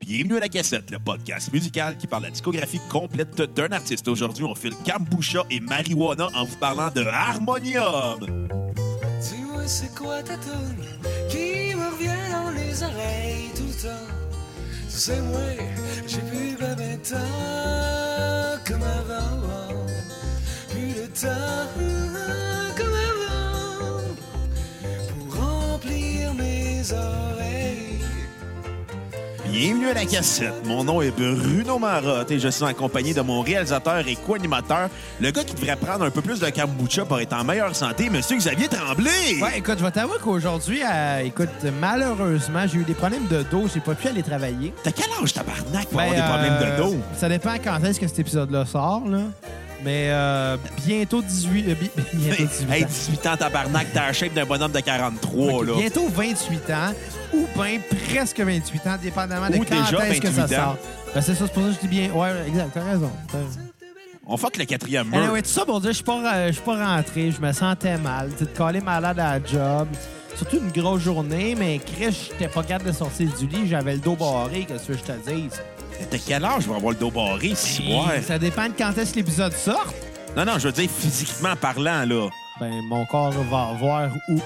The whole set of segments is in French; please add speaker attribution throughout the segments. Speaker 1: Bienvenue à la cassette, le podcast musical qui parle de la discographie complète d'un artiste. Aujourd'hui, on file kombucha et marijuana en vous parlant de Harmonium.
Speaker 2: Dis-moi c'est quoi ta toune qui me revient dans les oreilles tout le temps. C'est moi, j'ai plus ben ben de temps comme avant. Plus le temps comme avant pour remplir mes oreilles.
Speaker 1: Bienvenue à la cassette. Mon nom est Bruno Marotte et je suis accompagné de mon réalisateur et co-animateur, le gars qui devrait prendre un peu plus de kombucha pour être en meilleure santé, Monsieur Xavier Tremblay.
Speaker 3: Ouais, écoute, je vais t'avouer qu'aujourd'hui, euh, écoute, malheureusement, j'ai eu des problèmes de dos, j'ai pas pu aller travailler.
Speaker 1: T'as quel âge, tabarnak, pour
Speaker 3: Ben,
Speaker 1: avoir des problèmes de
Speaker 3: euh,
Speaker 1: dos?
Speaker 3: Ça dépend quand est-ce que cet épisode-là sort, là. Mais euh, bientôt 18... euh, bi- bientôt 18
Speaker 1: Hey,
Speaker 3: ans.
Speaker 1: 18 ans, tabarnak, t'as la shape d'un bonhomme de 43,
Speaker 3: Ok,
Speaker 1: là.
Speaker 3: Bientôt 28 ans, ou bien presque 28 ans, dépendamment de
Speaker 1: Ou
Speaker 3: quand
Speaker 1: déjà
Speaker 3: est-ce que ça
Speaker 1: 28 ans.
Speaker 3: sort. Ben, c'est ça, c'est pour ça que je dis bien... Ouais, exact, t'as raison. t'as raison.
Speaker 1: On fuck le quatrième mur.
Speaker 3: Anyway, tout ça pour dire, je suis pas, euh, je suis pas rentré, je me sentais mal. Tu te collé malade à la job. Surtout une grosse journée, mais Chris, j'étais pas capable de sortir du lit, j'avais le dos barré, qu'est-ce que je te dis?
Speaker 1: T'as quel âge pour avoir le dos barré, si ouais?
Speaker 3: Ça dépend de quand est-ce que l'épisode sort.
Speaker 1: Non, non, je veux dire physiquement parlant, là.
Speaker 3: Ben, mon corps va voir où.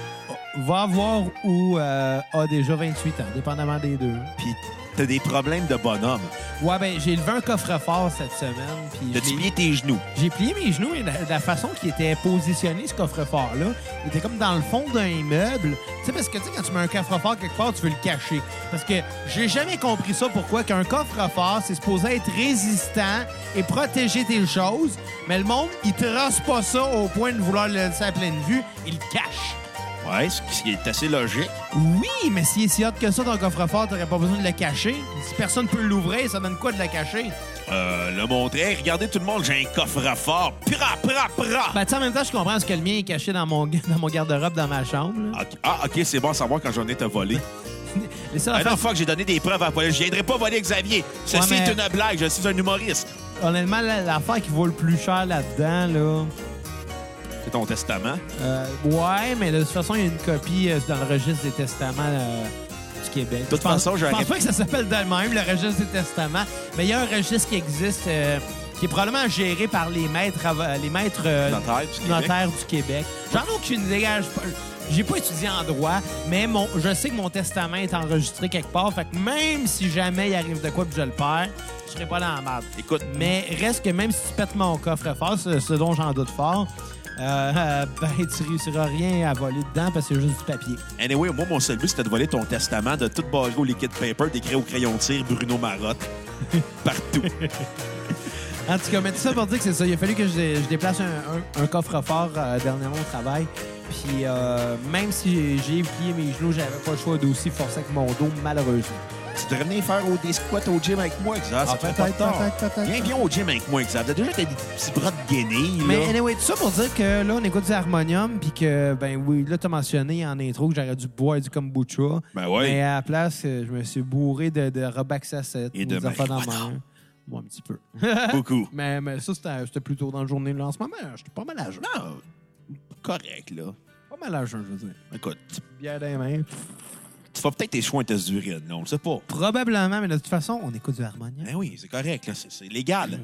Speaker 3: Va voir où euh, a déjà 28 ans, dépendamment des deux.
Speaker 1: Puis t'as des problèmes de bonhomme.
Speaker 3: Ouais, ben, j'ai levé un coffre-fort cette semaine. puis je
Speaker 1: T'as-tu
Speaker 3: l'ai-
Speaker 1: plié tes genoux?
Speaker 3: J'ai plié mes genoux et la, la façon qu'il était positionné, ce coffre-fort-là, il était comme dans le fond d'un immeuble. Tu sais, parce que tu sais, quand tu mets un coffre-fort quelque part, tu veux le cacher. Parce que j'ai jamais compris ça, pourquoi qu'un coffre-fort, c'est supposé être résistant et protéger tes choses, mais le monde, il trace pas ça au point de vouloir le laisser à pleine vue, il le cache.
Speaker 1: Ouais, ce qui est assez logique.
Speaker 3: Oui, mais si est si hot que ça, ton coffre-fort, t'aurais pas besoin de le cacher. Si personne peut l'ouvrir, ça donne quoi de le cacher?
Speaker 1: Euh, le montrer, regardez tout le monde, j'ai un coffre-fort. Pra, pra, pra!
Speaker 3: Ben, tu sais, en même temps, je comprends parce que le mien est caché dans mon, dans mon garde-robe, dans ma chambre. là.
Speaker 1: Ok- Ah, ok, c'est bon à savoir quand j'en ai te volé.
Speaker 3: Les seules
Speaker 1: Ah
Speaker 3: affaires-
Speaker 1: non, fuck, j'ai donné des preuves à la police. Je viendrai pas voler Xavier. Ceci
Speaker 3: Ouais, mais-
Speaker 1: est une blague, je suis un humoriste.
Speaker 3: honnêtement, la- l'affaire qui vaut le plus cher là-dedans,
Speaker 1: C'est ton testament.
Speaker 3: là, euh, ouais, mais de toute façon, il y a une copie euh, dans le registre des testaments euh, du Québec.
Speaker 1: De toute
Speaker 3: Je pense-
Speaker 1: façon,
Speaker 3: je
Speaker 1: j'aurais-
Speaker 3: pense pas que ça s'appelle de même, le registre des testaments, mais il y a un registre qui existe, euh, qui est probablement géré par les maîtres, av- les maîtres euh,
Speaker 1: Notaire du Québec.
Speaker 3: notaires du Québec. J'en ai aucune idée. gars, je- J'ai pas étudié en droit, mais mon, je sais que mon testament est enregistré quelque part. Fait que même si jamais il arrive de quoi que je le perds, je serai pas dans la merde.
Speaker 1: Écoute,
Speaker 3: Mais reste que même si tu pètes mon coffre fort, ce, ce dont j'en doute fort, euh, euh, ben, tu réussiras rien à voler dedans parce que c'est juste du papier.
Speaker 1: Anyway, moi, mon seul but, c'était de voler ton testament, de tout barrer au liquid paper, d'écrire au crayon de cire Bruno Marotte. Partout.
Speaker 3: En tout cas, mais tout ça pour dire que c'est ça. Il a fallu que je, je déplace un, un- un coffre-fort euh, dernièrement au travail. Puis euh, même si j'ai- j'ai plié mes genoux, j'avais pas le choix d'aussi forcer avec mon dos, malheureusement.
Speaker 1: tu devrais venir faire au- des squats au gym avec moi, Xav. Ça
Speaker 3: Ah,
Speaker 1: te fait pas
Speaker 3: peut-être,
Speaker 1: tard.
Speaker 3: peut-être, peut-être.
Speaker 1: Viens, viens au gym avec moi, Xav. T'as déjà t'as des petits bras de guenilles, là.
Speaker 3: Mais anyway, tout ça pour dire que là, on écoute du harmonium, puis que, ben oui, là, t'as mentionné en intro que j'aurais dû boire du kombucha.
Speaker 1: Ben ouais.
Speaker 3: Mais à la place, euh, je me suis bourré de, de Robaxacet.
Speaker 1: Et de marijuana.
Speaker 3: Moi, un petit peu.
Speaker 1: Beaucoup.
Speaker 3: mais, mais ça, c'était c'était plus tôt dans la journée. Là, en ce moment, hein. j'étais pas mal à jeun.
Speaker 1: Non, correct, là.
Speaker 3: Pas mal à jeun, je veux dire.
Speaker 1: Écoute, tu,
Speaker 3: Bière dans les mains.
Speaker 1: tu fais peut-être tes choix un test d'urine, là. On le sait pas.
Speaker 3: Probablement, mais de toute façon, on écoute du harmonium.
Speaker 1: Ben oui, c'est correct, là. C'est c'est légal.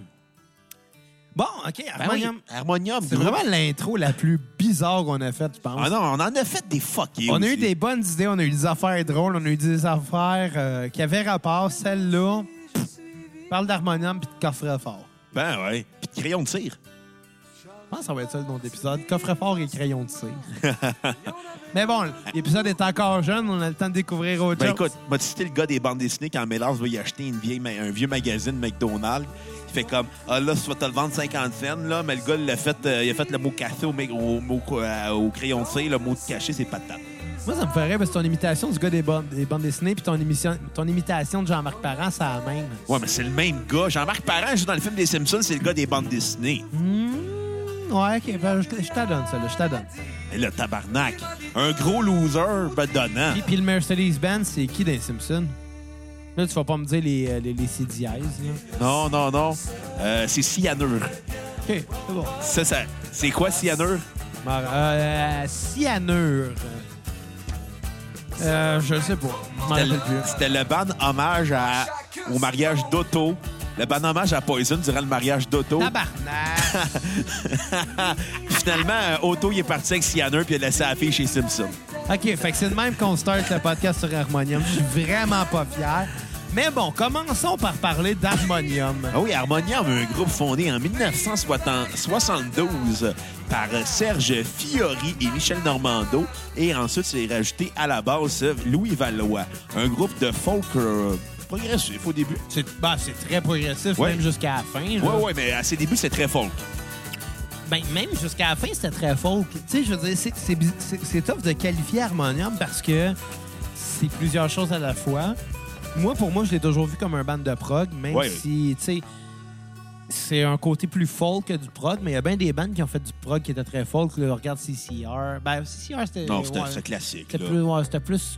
Speaker 3: Bon, OK, harmonium.
Speaker 1: Ben oui, Harmonium,
Speaker 3: C'est
Speaker 1: gros.
Speaker 3: vraiment l'intro la plus bizarre qu'on a faite, je pense.
Speaker 1: Ah non, on en a fait des fuckés.
Speaker 3: On a
Speaker 1: aussi.
Speaker 3: eu des bonnes idées, on a eu des affaires drôles, on a eu des affaires euh, qui avaient rapport. Celle-là, pff, parle d'harmonium puis de coffre-fort.
Speaker 1: Ben ouais. Puis de crayon de cire.
Speaker 3: Je pense que ça va être ça le nom de l'épisode. Coffre-fort et crayon de cire. Mais bon, l'épisode est encore jeune, on a le temps de découvrir autre
Speaker 1: Ben
Speaker 3: chose.
Speaker 1: écoute, m'a cité le gars des bandes dessinées quand Mélange veut y acheter une vieille, ma- un vieux magazine McDonald's. Il fait comme Ah là, tu vas te le vendre 50 cents, là, mais le gars l'a fait, euh, il a fait le mot café au, mé- au, mot co- euh, au crayon de cire, le mot de cachet, c'est patate.
Speaker 3: Moi, ça me ferait parce que ton imitation du gars des bandes, des bandes dessinées puis ton, émission- ton imitation de Jean-Marc Parent, c'est la même.
Speaker 1: Ouais, mais c'est le même gars. Jean-Marc Parent joue dans le film des Simpsons, c'est le gars des bandes dessinées.
Speaker 3: Hmm, ouais, OK, ben, je te- je t'adonne ça, là, je t'adonne.
Speaker 1: Mais le tabarnak. Un gros loser, ben donnant.
Speaker 3: Puis, puis le Mercedes-Benz, c'est qui dans les Simpsons? Là, tu vas pas me dire les, euh, les, les CDIs, là.
Speaker 1: Non, non, non. Euh, c'est cyanure.
Speaker 3: OK, c'est bon.
Speaker 1: Ça, ça, c'est quoi cyanure?
Speaker 3: Mar- euh, cyanure. Euh, je sais pas. Je m'en
Speaker 1: C'était le,
Speaker 3: rappelle plus.
Speaker 1: c'était le band hommage à au mariage d'Otto. Le hommage à Poison durant le mariage d'Otto.
Speaker 3: Ah, ben. Tabarnak!
Speaker 1: Finalement, euh, Otto il est parti avec Cyanur puis il a laissé la fille chez Simpson.
Speaker 3: OK, fait que c'est de même qu'on start le podcast sur Harmonium. Je suis vraiment pas fier. Mais bon, commençons par parler d'Harmonium.
Speaker 1: Ah oui, Harmonium, un groupe fondé en 1972 par Serge Fiori et Michel Normando. Et ensuite, c'est rajouté à la base euh, Louis Valois, un groupe de folk euh, progressif au début.
Speaker 3: C'est bah, c'est très progressif,
Speaker 1: Ouais.
Speaker 3: même jusqu'à la fin. là.
Speaker 1: Oui, oui, mais à ses débuts, c'est très folk.
Speaker 3: Ben, même jusqu'à la fin, c'était très folk. Tu sais, je veux dire, c'est- c'est biz- c'est c'est tough de qualifier Harmonium parce que c'est plusieurs choses à la fois. Moi, pour moi, je l'ai toujours vu comme un band de prog, même
Speaker 1: Ouais.
Speaker 3: si, tu sais, c'est un côté plus folk que du prog, mais il y a bien des bands qui ont fait du prog qui étaient très folk. là. regarde CCR. Ben, CCR, c'était.
Speaker 1: Non, c'est
Speaker 3: ouais.
Speaker 1: c'est classique.
Speaker 3: C'était
Speaker 1: là.
Speaker 3: plus, ouais, c'était plus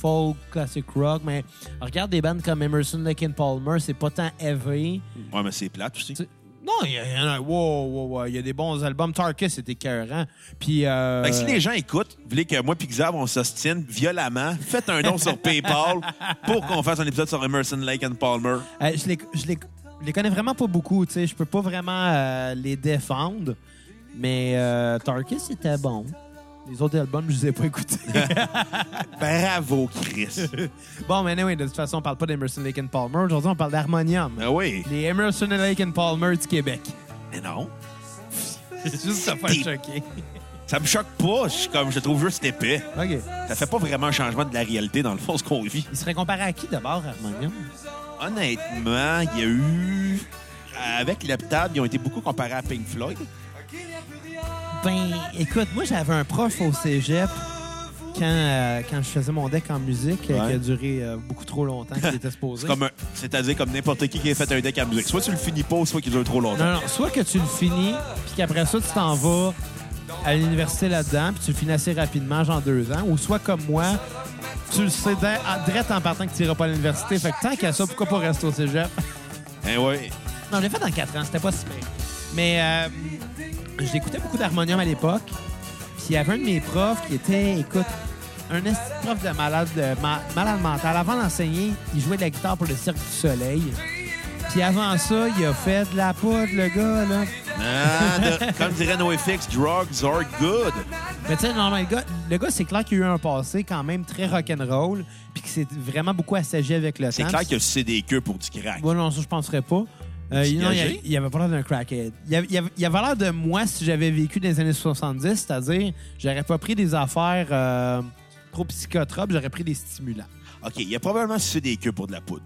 Speaker 3: folk, classic rock, mais regarde des bandes comme Emerson, Lake and Palmer, c'est pas tant heavy.
Speaker 1: Ouais, mais c'est plate aussi.
Speaker 3: Tu- Non, il y, a- il y en a. Wow, wow, wow, il y a des bons albums. Tarkus, c'était écœurant. Puis. euh,
Speaker 1: Fait que Ben, si les gens écoutent, vous voulez que moi et Xav, on s'ostine violemment, faites un don sur PayPal pour qu'on fasse un épisode sur Emerson, Lake and Palmer.
Speaker 3: euh, je, les, je les- je les connais vraiment pas beaucoup, tu sais. Je peux pas vraiment euh, les défendre. Mais euh, Tarkus, c'était bon. Les autres albums, je les ai pas écoutés.
Speaker 1: Bravo, Chris.
Speaker 3: bon, mais anyway, de toute façon, on parle pas d'Emerson, Lake and Palmer. Aujourd'hui, on parle d'Harmonium.
Speaker 1: Ben oui.
Speaker 3: Les Emerson, Lake and Palmer du Québec.
Speaker 1: Mais non.
Speaker 3: C'est juste ça pas
Speaker 1: Des-
Speaker 3: choqué.
Speaker 1: Ça me choque pas. Je, suis comme, je trouve juste épais.
Speaker 3: OK.
Speaker 1: Ça fait pas vraiment un changement de la réalité, dans le fond, ce qu'on vit.
Speaker 3: Il serait comparé à qui d'abord, Harmonium?
Speaker 1: Honnêtement, il y a eu. euh, Avec l'Eptad, ils ont été beaucoup comparés à Pink Floyd.
Speaker 3: Ben, écoute, moi, j'avais un prof au cégep quand, euh, quand je faisais mon deck en musique euh,
Speaker 1: Ouais.
Speaker 3: qui a duré euh, beaucoup trop longtemps, qui était supposé.
Speaker 1: C'est comme un- C'est-à-dire comme n'importe qui qui a fait un deck à musique. Soit tu le finis pas, soit qu'il dure trop longtemps.
Speaker 3: Non, non, soit que tu le finis, puis qu'après ça, tu t'en vas à l'université là-dedans, puis tu le finis assez rapidement, genre deux ans, ou soit comme moi, tu le sais dès- à- direct en partant que tu n'iras pas à l'université. Fait que tant qu'à ça, pourquoi pas rester au cégep?
Speaker 1: Eh ouais.
Speaker 3: Non, je l'ai fait dans 4 ans, c'était pas si pire. Mais euh, j'écoutais beaucoup d'harmonium à l'époque. Puis il y avait un de mes profs qui était, écoute, un esti de prof de malade, de ma- malade mental. Avant d'enseigner, il jouait de la guitare pour le Cirque du Soleil. Puis avant ça, il a fait de la poudre, le gars, là.
Speaker 1: Ah, de- comme dirait NoFX, drugs are good.
Speaker 3: Mais tu sais, normalement, le gars, le gars, c'est clair qu'il a eu un passé quand même très rock'n'roll, puis qu'il s'est vraiment beaucoup assagi avec le temps.
Speaker 1: C'est clair que c'est des queues pour du crack.
Speaker 3: Hein? Ouais, non, ça, je penserais pas. Euh,
Speaker 1: Petit
Speaker 3: non, il,
Speaker 1: gagé?
Speaker 3: il avait pas l'air d'un crackhead. Il avait, il avait- il avait l'air de moi si j'avais vécu dans les années 70, c'est-à-dire, j'aurais pas pris des affaires euh, trop psychotropes, j'aurais pris des stimulants.
Speaker 1: OK, il y a probablement c'est des queues pour de la poudre.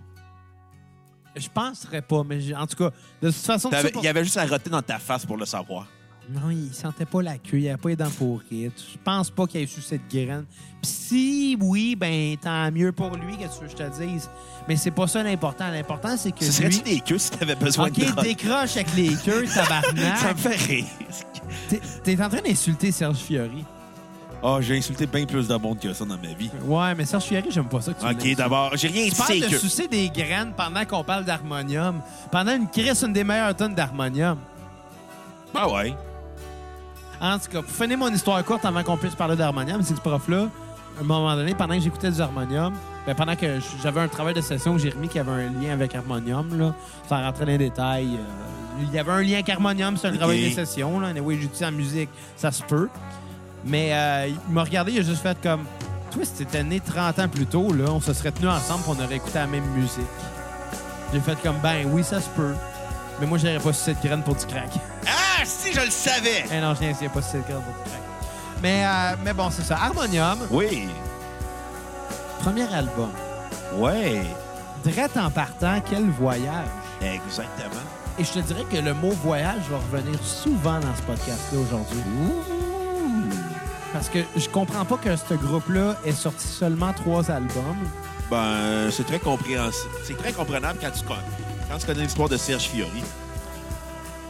Speaker 3: Je penserais pas, mais j'ai- en tout cas, de toute façon,
Speaker 1: T'avais-
Speaker 3: ça, pour-
Speaker 1: Il y avait juste à roter dans ta face pour le savoir.
Speaker 3: non, il sentait pas la queue, il avait pas les dents pourrites. Je pense pas qu'il ait su cette graine. Pis si oui, ben tant mieux pour lui, qu'est-ce que tu veux que je te dise. Mais c'est pas ça l'important. L'important, c'est que.
Speaker 1: Ce serait-tu
Speaker 3: lui...
Speaker 1: des queues si t'avais besoin de
Speaker 3: Ok,
Speaker 1: drogue?
Speaker 3: décroche avec les queues, tabarnak.
Speaker 1: Ça me fait rire.
Speaker 3: T'es- T'es en train d'insulter Serge Fiori.
Speaker 1: Oh, j'ai insulté bien plus de monde que ça dans ma vie.
Speaker 3: Ouais, mais Serge Fiori, j'aime pas ça que tu
Speaker 1: OK,
Speaker 3: l'insultes.
Speaker 1: d'abord, j'ai rien dit,
Speaker 3: Tu parles
Speaker 1: c'est
Speaker 3: de
Speaker 1: que...
Speaker 3: sucer des graines pendant qu'on parle d'harmonium. Pendant une crise, une des meilleures tonnes d'harmonium.
Speaker 1: Ah ouais.
Speaker 3: En tout cas, pour finir mon histoire courte avant qu'on puisse parler d'harmonium, c'est que ce prof-là, à un moment donné, pendant que j'écoutais du harmonium, ben, pendant que j- j'avais un travail de session que j'ai remis qui avait un lien avec harmonium, là, sans rentrer dans les détails, euh, il y avait un lien avec harmonium sur le
Speaker 1: Ok.
Speaker 3: travail des sessions. Là, anyway, j'utilise en musique, ça se peut. Mais euh, il m'a regardé, il a juste fait comme Toi, si t'étais né 30 ans plus tôt, là, on se serait tenus ensemble et on aurait écouté la même musique. J'ai fait comme Ben oui, ça se peut. Mais moi, j'aurais pas su cette graine pour du crack.
Speaker 1: Ah, si, je le savais!
Speaker 3: Eh non, je n'y pas si c'est le cas. Mais, euh, mais bon, c'est ça. Harmonium,
Speaker 1: Oui,
Speaker 3: premier album.
Speaker 1: ouais,
Speaker 3: Drette en partant, quel voyage.
Speaker 1: exactement.
Speaker 3: Et je te dirais que le mot voyage va revenir souvent dans ce podcast-là aujourd'hui. Parce que je comprends pas que ce groupe-là ait sorti seulement trois albums.
Speaker 1: Ben, c'est très compréhensible. C'est très comprenable quand tu, con- quand tu connais l'histoire de Serge Fiori.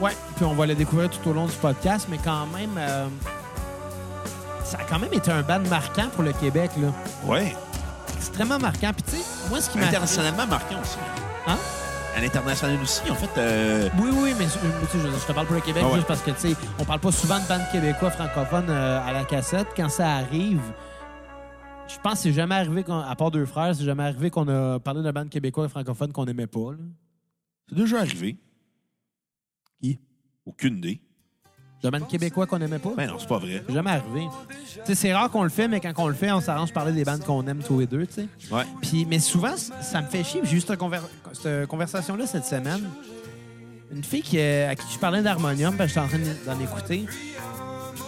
Speaker 3: Ouais, puis on va le découvrir tout au long du podcast, mais quand même, euh, ça a quand même été un band marquant pour le Québec, là.
Speaker 1: Ouais.
Speaker 3: Extrêmement marquant. Puis tu sais, moi, ce qui m'a...
Speaker 1: Internationalement marquant aussi.
Speaker 3: Hein?
Speaker 1: À l'international aussi, en fait. euh,
Speaker 3: Oui, oui, mais je, mais tu sais, je- je te parle pour le Québec
Speaker 1: Ah ouais.
Speaker 3: juste parce que, tu sais, on parle pas souvent de bandes québécois francophones euh, à la cassette. Quand ça arrive, Je pense que c'est jamais arrivé, qu'on- à part deux frères, c'est jamais arrivé qu'on a parlé de bande québécois et francophone qu'on aimait pas. là.
Speaker 1: C'est déjà arrivé.
Speaker 3: Qui?
Speaker 1: Aucune idée.
Speaker 3: De bande québécois qu'on aimait pas?
Speaker 1: Ben non, c'est pas vrai.
Speaker 3: C'est jamais arrivé. Tu sais, c'est rare qu'on le fait, mais quand on le fait, on s'arrange de parler des bandes qu'on aime tous les deux, tu sais.
Speaker 1: Ouais.
Speaker 3: Puis, mais souvent, c- ça me fait chier. Puis J'ai eu cette, conver- cette conversation-là cette semaine. Une fille qui, euh, à qui je parlais d'harmonium, ben, j'étais en train d'en écouter.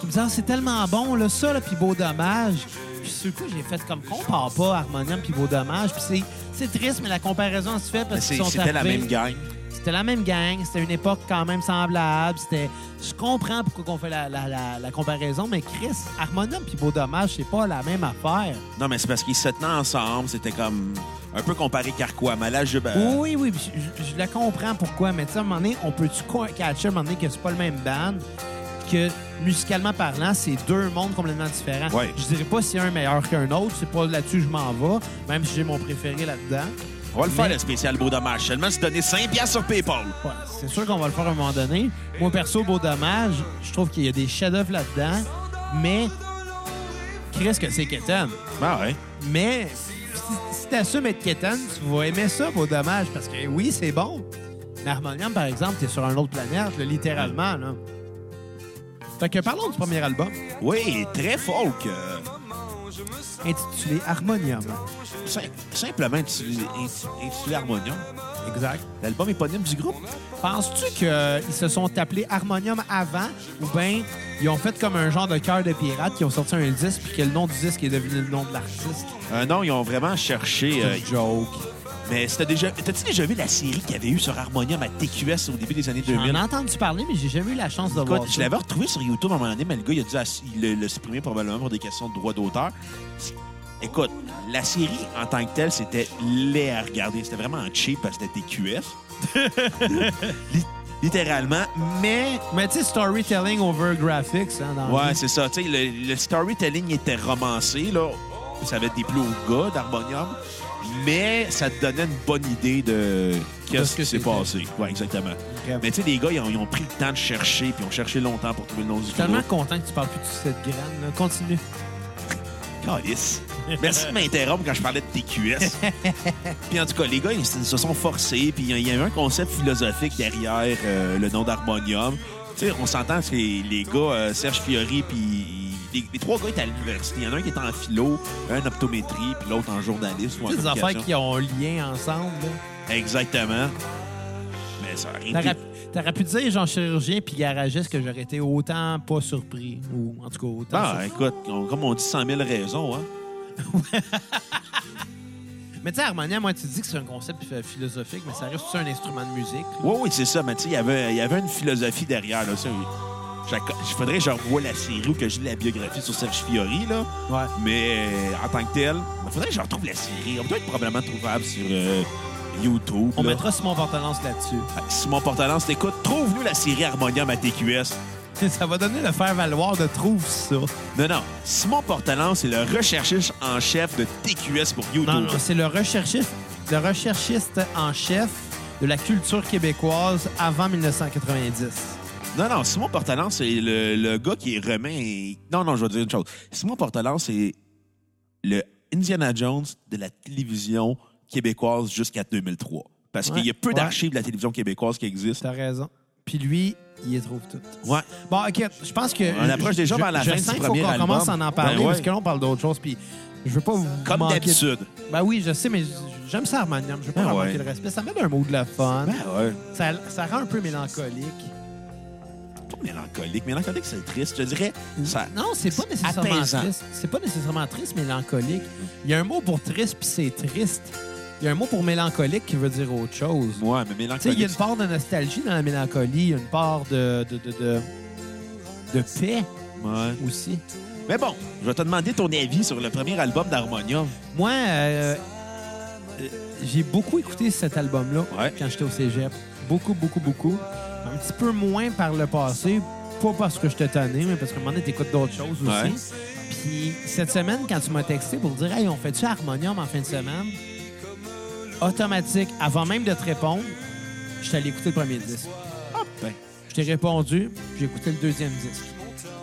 Speaker 3: Qui me disait, Ah, c'est tellement bon, là, ça, là, puis beau dommage. Puis sur le coup, j'ai fait comme, compare pas harmonium puis beau dommage. Puis c'est- c'est triste, mais la comparaison se fait
Speaker 1: Mais
Speaker 3: parce qu'ils
Speaker 1: c'est-
Speaker 3: sont
Speaker 1: C'était la
Speaker 3: arrivés-
Speaker 1: même gang.
Speaker 3: C'était la même gang, c'était une époque quand même semblable. C'était, je comprends pourquoi on fait la, la- la- la comparaison, mais Chris, harmonium puis beau dommage, c'est pas la même affaire.
Speaker 1: Non, mais c'est parce qu'ils se tenaient ensemble. C'était comme un peu comparé Carquois. Mais là, je. ben,
Speaker 3: Oui, oui, puis je, je- je la comprends pourquoi, mais tu sais, à un moment donné, on peut-tu co- catcher à un moment donné que c'est pas le même band, que musicalement parlant, c'est deux mondes complètement différents.
Speaker 1: Ouais.
Speaker 3: Je dirais pas si un est meilleur qu'un autre, c'est pas là-dessus que je m'en vais, même si j'ai mon préféré là-dedans.
Speaker 1: on va le faire,
Speaker 3: mais-
Speaker 1: le spécial Beau Dommage. Seulement se donner 5 piastres sur PayPal.
Speaker 3: Ouais, c'est sûr qu'on va le faire à un moment donné. Moi, perso, beau dommage, je trouve qu'il y a des chefs-d'œuvre là-dedans, mais Chris, que c'est Kéten.
Speaker 1: Ah ouais.
Speaker 3: Mais si, si t'assumes être Kétan, tu vas aimer ça, beau dommage, parce que oui, c'est bon. Mais Harmonium, par exemple, t'es sur une autre planète, là, littéralement. Là. Fait que parlons du premier album,
Speaker 1: Oui, très folk. euh,
Speaker 3: intitulé Harmonium.
Speaker 1: sim- simplement intitulé int- intitulé Harmonium.
Speaker 3: Exact.
Speaker 1: L'album éponyme du groupe.
Speaker 3: Penses-tu qu'ils se sont appelés Harmonium avant, ou bien ils ont fait comme un genre de cœur de pirate, qui ont sorti un disque, puis que le nom du disque est devenu le nom de l'artiste?
Speaker 1: Euh, non, ils ont vraiment cherché. euh,
Speaker 3: C'est une joke.
Speaker 1: mais c'était déjà. T'as-tu déjà vu la série qu'il y avait eu sur Harmonium à TQS au début des années
Speaker 3: J'en ai
Speaker 1: 2000?
Speaker 3: entendu parler, mais j'ai jamais eu la chance de voir
Speaker 1: Écoute,
Speaker 3: ça.
Speaker 1: je l'avais retrouvé sur YouTube à un moment donné, mais le gars, il a dû ass- il le, le supprimer probablement pour des questions de droit d'auteur. Écoute, la série en tant que telle, c'était laid à regarder. C'était vraiment cheap parce que c'était TQS. Li- Littéralement. Mais,
Speaker 3: Mais tu sais, storytelling over graphics, hein, dans la
Speaker 1: ouais,
Speaker 3: vie.
Speaker 1: c'est ça. Tu sais, le, le storytelling était romancé, là. Ça avait des plus hauts gars d'Harmonium. Mais ça te donnait une bonne idée de
Speaker 3: De
Speaker 1: qu'est-ce
Speaker 3: ce que
Speaker 1: qui s'est
Speaker 3: c'était.
Speaker 1: passé. Ouais, exactement.
Speaker 3: Bref.
Speaker 1: Mais tu sais, les gars, ils ont, ils ont pris le temps de chercher, puis ils ont cherché longtemps pour trouver le nom du
Speaker 3: Je suis tellement
Speaker 1: groupe.
Speaker 3: content que tu parles plus de cette graine. là. Continue.
Speaker 1: Calice. Merci de m'interrompre quand je parlais de TQS. puis en tout cas, les gars, ils se se sont forcés. Puis il y a- il y avait un concept philosophique derrière euh, le nom d'Harmonium. Tu sais, on s'entend, c'est les gars, euh, Serge Fiori, puis les, les trois gars étaient à l'université. Il y en a un qui est en philo, un en optométrie, puis l'autre en journalisme. ou en
Speaker 3: Toutes des
Speaker 1: communication.
Speaker 3: affaires qui ont un lien ensemble. là.
Speaker 1: Exactement. Mais ça arrive.
Speaker 3: T'aurais t'aurais pu dire, genre, chirurgien puis garagiste, que j'aurais été autant pas surpris. Ou en tout cas, autant.
Speaker 1: Ah,
Speaker 3: surpris.
Speaker 1: écoute, on- comme on dit 100 000 raisons, hein.
Speaker 3: Mais tu sais, Harmonia, moi, tu dis que c'est un concept euh, philosophique, mais ça reste aussi un instrument de musique. là.
Speaker 1: Oui, oui, c'est ça. Mais tu sais, il y avait- il y avait une philosophie derrière. Là, ça, il faudrait que je revoie la série ou que je lis la biographie sur Serge Fiori, là.
Speaker 3: Ouais.
Speaker 1: Mais euh, en tant que tel, il faudrait que je retrouve la série. On doit être probablement trouvable sur euh, YouTube.
Speaker 3: On
Speaker 1: là.
Speaker 3: mettra Simon Portalance là-dessus.
Speaker 1: Simon Portalance, t'écoutes, trouve-nous la série Harmonium à TQS.
Speaker 3: ça va donner le faire-valoir de trouve ça.
Speaker 1: Non, non. Simon Portalance est le recherchiste en chef de TQS pour YouTube.
Speaker 3: Non, non, c'est le recherchiste, le recherchiste en chef de la culture québécoise avant 1990.
Speaker 1: Non, non, Simon Portalance, c'est le, le gars qui remet. et- Non, non, je vais te dire une chose. Simon Portalance, c'est le Indiana Jones de la télévision québécoise jusqu'à 2003. Parce
Speaker 3: Ouais,
Speaker 1: qu'il y a peu
Speaker 3: ouais.
Speaker 1: d'archives de la télévision québécoise qui existent.
Speaker 3: T'as raison. Puis lui, il les trouve toutes.
Speaker 1: Ouais.
Speaker 3: Bon, OK, je pense que...
Speaker 1: On approche déjà
Speaker 3: je-
Speaker 1: vers la
Speaker 3: je
Speaker 1: fin
Speaker 3: sens
Speaker 1: du
Speaker 3: qu'il
Speaker 1: premier
Speaker 3: faut qu'on
Speaker 1: album.
Speaker 3: commence à en parler,
Speaker 1: Ben ouais.
Speaker 3: parce que là, on parle d'autre chose, puis je veux pas vous
Speaker 1: Comme
Speaker 3: manquer de-
Speaker 1: d'habitude.
Speaker 3: Ben oui, je sais, mais j- j'aime ça, Harmonium. Je veux pas
Speaker 1: Ben
Speaker 3: leur
Speaker 1: ouais.
Speaker 3: manquer de respect. Ça met un mot de la fun.
Speaker 1: Ben ouais.
Speaker 3: Ça, ça rend un peu mélancolique.
Speaker 1: Pas mélancolique. Mélancolique, c'est triste. Je dirais,
Speaker 3: Mm.
Speaker 1: ça.
Speaker 3: Non, c'est pas nécessairement
Speaker 1: apaisant.
Speaker 3: triste. C'est pas nécessairement triste, mélancolique. Il y a un mot pour triste, puis c'est triste. Il y a un mot pour mélancolique qui veut dire autre chose.
Speaker 1: Ouais, mais
Speaker 3: Tu sais, il y
Speaker 1: mélancolique.
Speaker 3: a une part de nostalgie dans la mélancolie, il y a une part de... de, de, de... De paix
Speaker 1: Ouais.
Speaker 3: aussi.
Speaker 1: Mais bon, je vais te demander ton avis sur le premier album d'Harmonium.
Speaker 3: Moi, euh, euh, j'ai beaucoup écouté cet album-là
Speaker 1: Ouais.
Speaker 3: quand j'étais au cégep. Beaucoup, beaucoup, beaucoup. Un petit peu moins par le passé. Pas parce que je te tanné, mais parce qu'à un moment donné, t'écoutes d'autres choses aussi.
Speaker 1: Ouais.
Speaker 3: Puis cette semaine, quand tu m'as texté pour dire « Hey, on fait-tu Harmonium en fin de semaine? » Automatique, avant même de te répondre, je suis allé écouter le premier disque.
Speaker 1: Ah, ben.
Speaker 3: Je t'ai répondu, j'ai écouté le deuxième disque.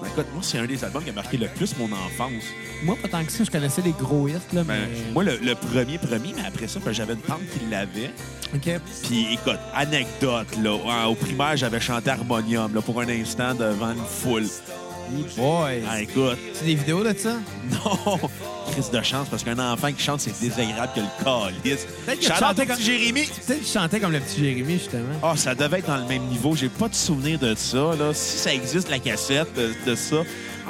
Speaker 1: Ben, écoute, moi, c'est un des albums qui a marqué le plus mon enfance.
Speaker 3: Moi, pas tant que ça, je connaissais les gros hits, là,
Speaker 1: Ben,
Speaker 3: mais...
Speaker 1: Moi, le, le premier, premier, mais après ça, ben, j'avais une tante qui l'avait.
Speaker 3: OK.
Speaker 1: Puis écoute, anecdote, là, en- au primaire, j'avais chanté Harmonium là, pour un instant devant une foule.
Speaker 3: Boy.
Speaker 1: Ah, écoute,
Speaker 3: C'est des vidéos de ça?
Speaker 1: non, crise de chance, parce qu'un enfant qui chante, c'est désagréable que le calice.
Speaker 3: Peut-être que tu
Speaker 1: Shout-out
Speaker 3: chantais
Speaker 1: au petit
Speaker 3: comme-
Speaker 1: Jérémy.
Speaker 3: Peut-être que je chantais comme le petit Jérémy, justement.
Speaker 1: Ah, ça devait être dans le même niveau. J'ai pas de souvenir de ça. Là. Si ça existe, la cassette de, de ça,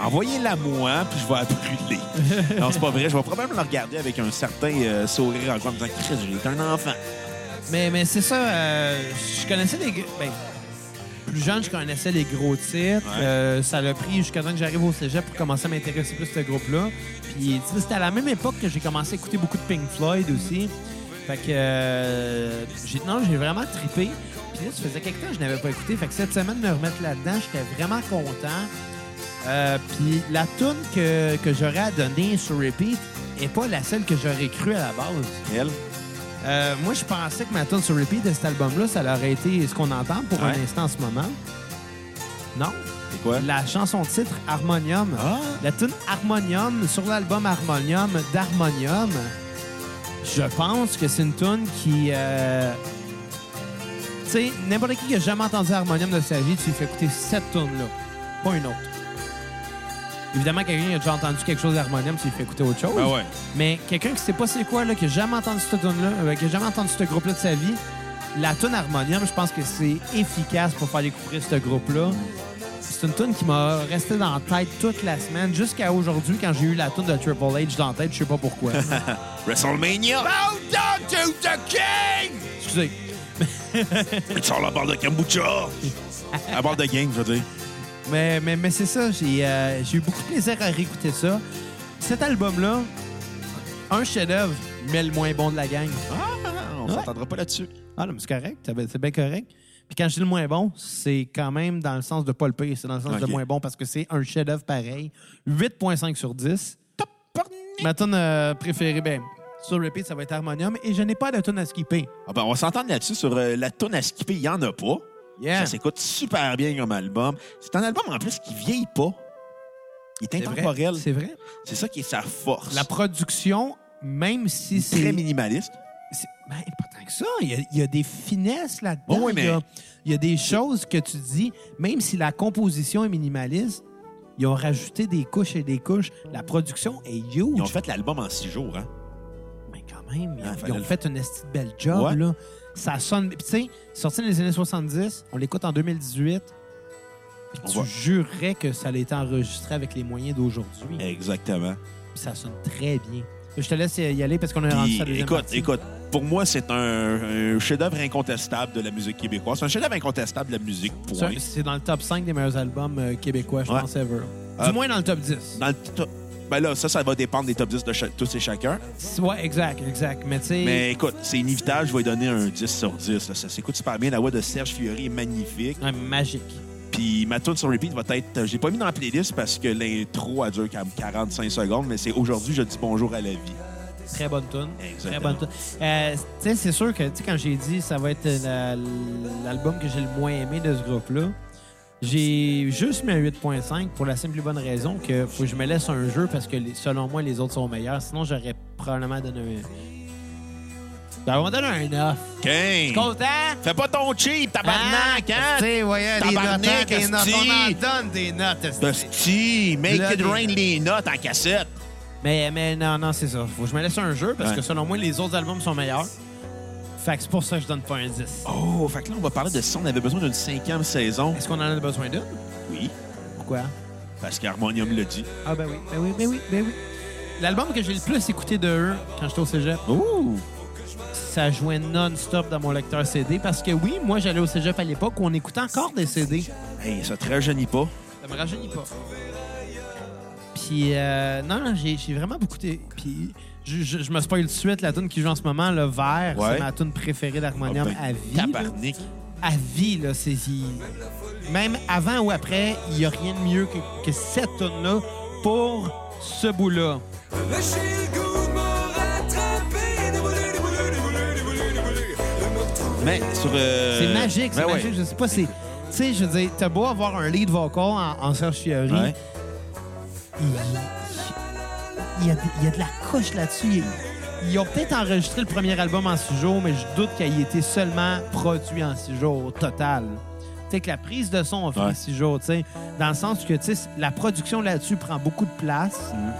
Speaker 1: envoyez-la moi, puis je vais la brûler. non, c'est pas vrai. Je vais probablement la regarder avec un certain euh, sourire en coin, en me disant, Chris, j'étais un enfant.
Speaker 3: Mais, mais c'est ça, euh, je connaissais des... gr- Ben, plus jeune, je connaissais les gros titres. Euh, ça l'a pris jusqu'à temps que j'arrive au cégep pour commencer à m'intéresser plus à ce groupe-là. Puis, tu sais, c'était à la même époque que j'ai commencé à écouter beaucoup de Pink Floyd aussi. Fait que... euh, j'ai, non, j'ai vraiment trippé. Puis là, ça faisait quelque temps que je n'avais pas écouté. Fait que cette semaine, me remettre là-dedans, j'étais vraiment content. Euh, Puis la tune que, que j'aurais à donner sur repeat n'est pas la celle que j'aurais cru à la base.
Speaker 1: Elle?
Speaker 3: Euh, moi, je pensais que ma tune sur repeat de cet album-là, ça aurait été ce qu'on entend pour
Speaker 1: Ouais.
Speaker 3: un instant en ce moment. Non.
Speaker 1: C'est quoi?
Speaker 3: La chanson titre Harmonium.
Speaker 1: Ah!
Speaker 3: La tune Harmonium sur l'album Harmonium d'Harmonium. Je pense que c'est une tune qui. euh, Tu sais, n'importe qui qui a jamais entendu Harmonium de sa vie, tu lui fais écouter cette tune-là, pas une autre. Évidemment, quelqu'un qui a déjà entendu quelque chose d'Harmonium, tu lui fais écouter autre chose.
Speaker 1: Ben ouais.
Speaker 3: Mais quelqu'un qui sait pas c'est quoi, là, qui a jamais entendu cette tune-là, euh, qui a jamais entendu ce groupe-là de sa vie, la tune Harmonium, je pense que c'est efficace pour faire découvrir ce groupe-là. C'est une tune qui m'a resté dans la tête toute la semaine, jusqu'à aujourd'hui, quand j'ai eu la tune de Triple H dans la tête, je sais pas pourquoi.
Speaker 1: WrestleMania! Bow down to the king!
Speaker 3: Excusez.
Speaker 1: Tu sors la barre de kombucha! la barre de game, je veux dire.
Speaker 3: Mais, mais, mais c'est ça, j'ai euh, j'ai eu beaucoup de plaisir à réécouter ça. Cet album-là, un chef-d'œuvre, mais le moins bon de la gang.
Speaker 1: Ah, on
Speaker 3: Ouais.
Speaker 1: s'entendra pas là-dessus.
Speaker 3: Ah, non, mais c'est correct. C'est bien- C'est bien correct. Puis quand je dis le moins bon, c'est quand même dans le sens de pas le pire. C'est dans le sens de
Speaker 1: Ok.
Speaker 3: moins bon parce que c'est un chef-d'œuvre pareil. 8,5 sur 10.
Speaker 1: Top
Speaker 3: Ma tune euh, préférée, ben, sur repeat, ça va être Harmonium. Et je n'ai pas de tune à skipper.
Speaker 1: Ah ben, on s'entend là-dessus sur euh, la tonne à skipper, il y en a pas.
Speaker 3: Yeah.
Speaker 1: Ça s'écoute super bien comme album. C'est un album en plus qui vieillit pas. Il est
Speaker 3: C'est vrai.
Speaker 1: intemporel.
Speaker 3: C'est vrai.
Speaker 1: C'est ça qui est sa force.
Speaker 3: La production, même si c'est...
Speaker 1: très minimaliste.
Speaker 3: c'est- Ben, pas tant que ça. Il y a, il y a des finesses là-dedans.
Speaker 1: Oui, Oh oui,
Speaker 3: il, y a,
Speaker 1: mais-
Speaker 3: il y a des choses que tu dis, même si la composition est minimaliste, ils ont rajouté des couches et des couches. La production est huge.
Speaker 1: Ils ont fait l'album en six jours, hein?
Speaker 3: Mais quand même, ils,
Speaker 1: Ah,
Speaker 3: ont-
Speaker 1: fallait
Speaker 3: ils ont
Speaker 1: le-
Speaker 3: fait une esti de belle job,
Speaker 1: Ouais.
Speaker 3: là. Ça sonne... Puis tu sais, sorti dans les années 70, on l'écoute en 2018, puis
Speaker 1: On
Speaker 3: tu
Speaker 1: voit.
Speaker 3: jurerais que ça allait été enregistré avec les moyens d'aujourd'hui.
Speaker 1: Exactement.
Speaker 3: Puis ça sonne très bien. Je te laisse y aller parce qu'on a rendu
Speaker 1: Puis,
Speaker 3: Ah, ça deuxième
Speaker 1: écoute,
Speaker 3: partie.
Speaker 1: écoute, pour moi, c'est un, un chef-d'œuvre incontestable de la musique québécoise. C'est un chef-d'œuvre incontestable de la musique, point.
Speaker 3: Ça, C'est dans le top 5 des meilleurs albums euh, québécois, je
Speaker 1: Ouais.
Speaker 3: pense, ever.
Speaker 1: Euh,
Speaker 3: Du moins dans le top 10.
Speaker 1: Dans le top- Ben là, ça, ça va dépendre des top 10 de cha- tous et chacun.
Speaker 3: Ouais, exact, exact. Mais tu sais...
Speaker 1: Mais écoute, c'est inévitable, je vais lui donner un 10 sur 10. là. Ça s'écoute super bien. La voix de Serge Fiori est magnifique.
Speaker 3: ouais, magique.
Speaker 1: Puis ma tune sur repeat va être. euh, J'ai pas mis dans la playlist parce que l'intro a duré comme 45 secondes, mais c'est aujourd'hui, je dis bonjour à la vie.
Speaker 3: Très bonne tune. Très
Speaker 1: Exactement.
Speaker 3: bonne tune. Euh, tu sais, c'est sûr que, tu sais, quand j'ai dit ça va être la- l'album que j'ai le moins aimé de ce groupe-là, j'ai juste mis un 8.5 pour la simple et bonne raison que faut que je me laisse un jeu parce que, les- selon moi, les autres sont meilleurs. Sinon, j'aurais probablement donné un... Ben, on va donner un 9.
Speaker 1: Quinze.
Speaker 3: Content? Ah,
Speaker 1: Fais pas ton cheap, tabarnak,
Speaker 3: Tu
Speaker 1: hein?
Speaker 3: sais, voyons, des notes,
Speaker 1: Tabarnak,
Speaker 3: hein, des notes,
Speaker 1: esti.
Speaker 3: on en donne des notes. esti.
Speaker 1: Busty, make
Speaker 3: Bloody.
Speaker 1: it rain les notes en cassette.
Speaker 3: Mais, mais non, non, c'est ça. Faut que je me laisse un jeu parce
Speaker 1: Ouais.
Speaker 3: que, selon moi, les autres albums sont meilleurs. Fait que c'est pour ça que je donne pas un 10.
Speaker 1: Oh, fait que là, on va parler de ça. On avait besoin d'une cinquième saison.
Speaker 3: Est-ce qu'on en a besoin d'une?
Speaker 1: Oui,
Speaker 3: Pourquoi?
Speaker 1: parce qu'Harmonium le dit.
Speaker 3: Ah ben oui, ben oui, ben oui, ben oui. L'album que j'ai le plus écouté de eux quand j'étais au cégep,
Speaker 1: Ouh!
Speaker 3: ça jouait non-stop dans mon lecteur CD parce que oui, moi j'allais au cégep à l'époque où on écoutait encore des CD.
Speaker 1: Hey, ça te rajeunit pas.
Speaker 3: Ça me rajeunit pas. Puis euh, non, non, j'ai j'ai vraiment beaucoup écouté. Puis je, je- je me spoil tout de suite la tune qui joue en ce moment, le vert,
Speaker 1: Ouais.
Speaker 3: c'est ma tune préférée
Speaker 1: Ah
Speaker 3: d'harmonium
Speaker 1: ben,
Speaker 3: à vie. là.
Speaker 1: Tabarnak.
Speaker 3: à vie, là, c'est... il- Même avant ou après, il n'y a rien de mieux que, que cette tune-là pour ce bout-là.
Speaker 2: Lâcher le goût de me rattraper, débouler, débouler, débouler, débouler, débouler, de me retrouver.
Speaker 1: Mais sur. euh,
Speaker 3: C'est magique, c'est
Speaker 1: ben ouais.
Speaker 3: magique. Je sais pas, c'est. tu sais, je veux dire, t'as beau avoir un lead vocal en, en Serge Fiori,
Speaker 1: Ouais.
Speaker 3: il, il y a, de- il y a de la couche là-dessus. Il- Ils ont peut-être enregistré le premier album en six jours, mais je doute qu'il ait été seulement produit en six jours au total. Tu sais, que la prise de son a fait
Speaker 1: Ouais.
Speaker 3: six jours, tu sais. Dans le sens que, tu sais, la production là-dessus prend beaucoup de place.
Speaker 1: Mhm.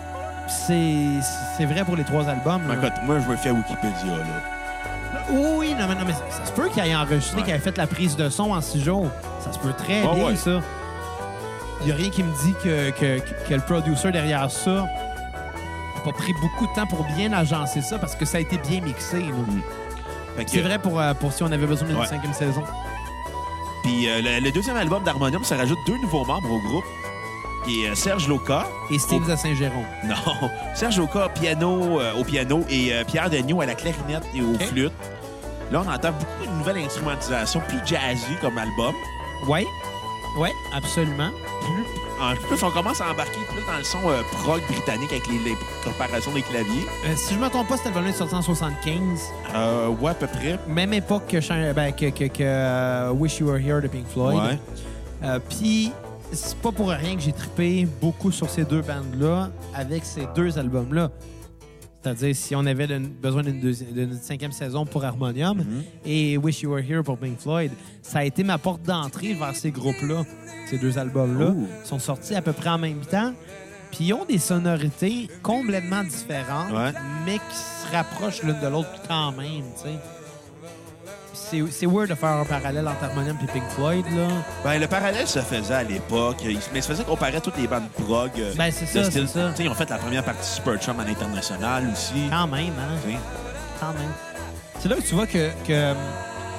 Speaker 3: Puis C'est c'est vrai pour les trois albums.
Speaker 1: Mais
Speaker 3: là.
Speaker 1: Ben, écoute, moi, je me fais à Wikipédia, là.
Speaker 3: Oui, oui, non, mais, non, mais ça, ça se peut qu'il ait enregistré,
Speaker 1: Ouais.
Speaker 3: qu'il ait fait la prise de son en six jours. Ça se peut très
Speaker 1: Ah
Speaker 3: bien,
Speaker 1: ouais.
Speaker 3: ça. Il n'y a rien qui me dit que, que, que- que le producer derrière ça n'a pas pris beaucoup de temps pour bien agencer ça parce que ça a été bien mixé. là.
Speaker 1: Fait que-
Speaker 3: C'est vrai pour, euh, pour si on avait besoin d'une
Speaker 1: Ouais.
Speaker 3: cinquième saison.
Speaker 1: Puis euh, le, le deuxième album d'Harmonium, ça rajoute deux nouveaux membres au groupe, qui est euh, Serge Loca.
Speaker 3: Et Steve de Saint-Jérôme.
Speaker 1: Non, Serge Oka piano, euh, au piano et euh, Pierre Dagneau à la clarinette et au
Speaker 3: Ok.
Speaker 1: flûte. Là, on entend beaucoup de nouvelles instrumentations, plus jazzy comme album.
Speaker 3: Oui, oui, absolument. Euh,
Speaker 1: En plus, on commence à embarquer plus dans le son euh, prog britannique avec les, les comparaisons des claviers.
Speaker 3: Euh, si je ne me trompe pas, cet album-là est sorti en 75.
Speaker 1: Euh, ouais, à peu près.
Speaker 3: Même époque que, Shine- ben, que, que- que, euh, Wish You Were Here de Pink Floyd.
Speaker 1: Ouais.
Speaker 3: Euh, Puis, c'est pas pour rien que j'ai trippé beaucoup sur ces deux bandes-là avec ces deux albums-là. C'est-à-dire, si on avait de- besoin d'une deuxi- d'une cinquième saison pour Harmonium et Wish You Were Here pour Pink Floyd, ça a été ma porte d'entrée vers ces groupes-là. Ces deux albums-là
Speaker 1: Ooh.
Speaker 3: sont sortis à peu près en même temps. Puis ils ont des sonorités complètement différentes,
Speaker 1: Ouais.
Speaker 3: mais qui se rapprochent l'une de l'autre quand même, tu sais. C'est c'est weird de faire un parallèle entre Harmonium et Pink Floyd, là.
Speaker 1: Ben, le parallèle se faisait à l'époque. Il se- Mais il se faisait comparer à toutes les bandes prog. euh,
Speaker 3: Ben, c'est
Speaker 1: de
Speaker 3: ça,
Speaker 1: style-
Speaker 3: c'est ça.
Speaker 1: Tu sais, ils ont fait la première partie Super Chum à l'international aussi.
Speaker 3: Quand même, hein?
Speaker 1: Tu sais.
Speaker 3: Quand même. C'est là que tu vois que, que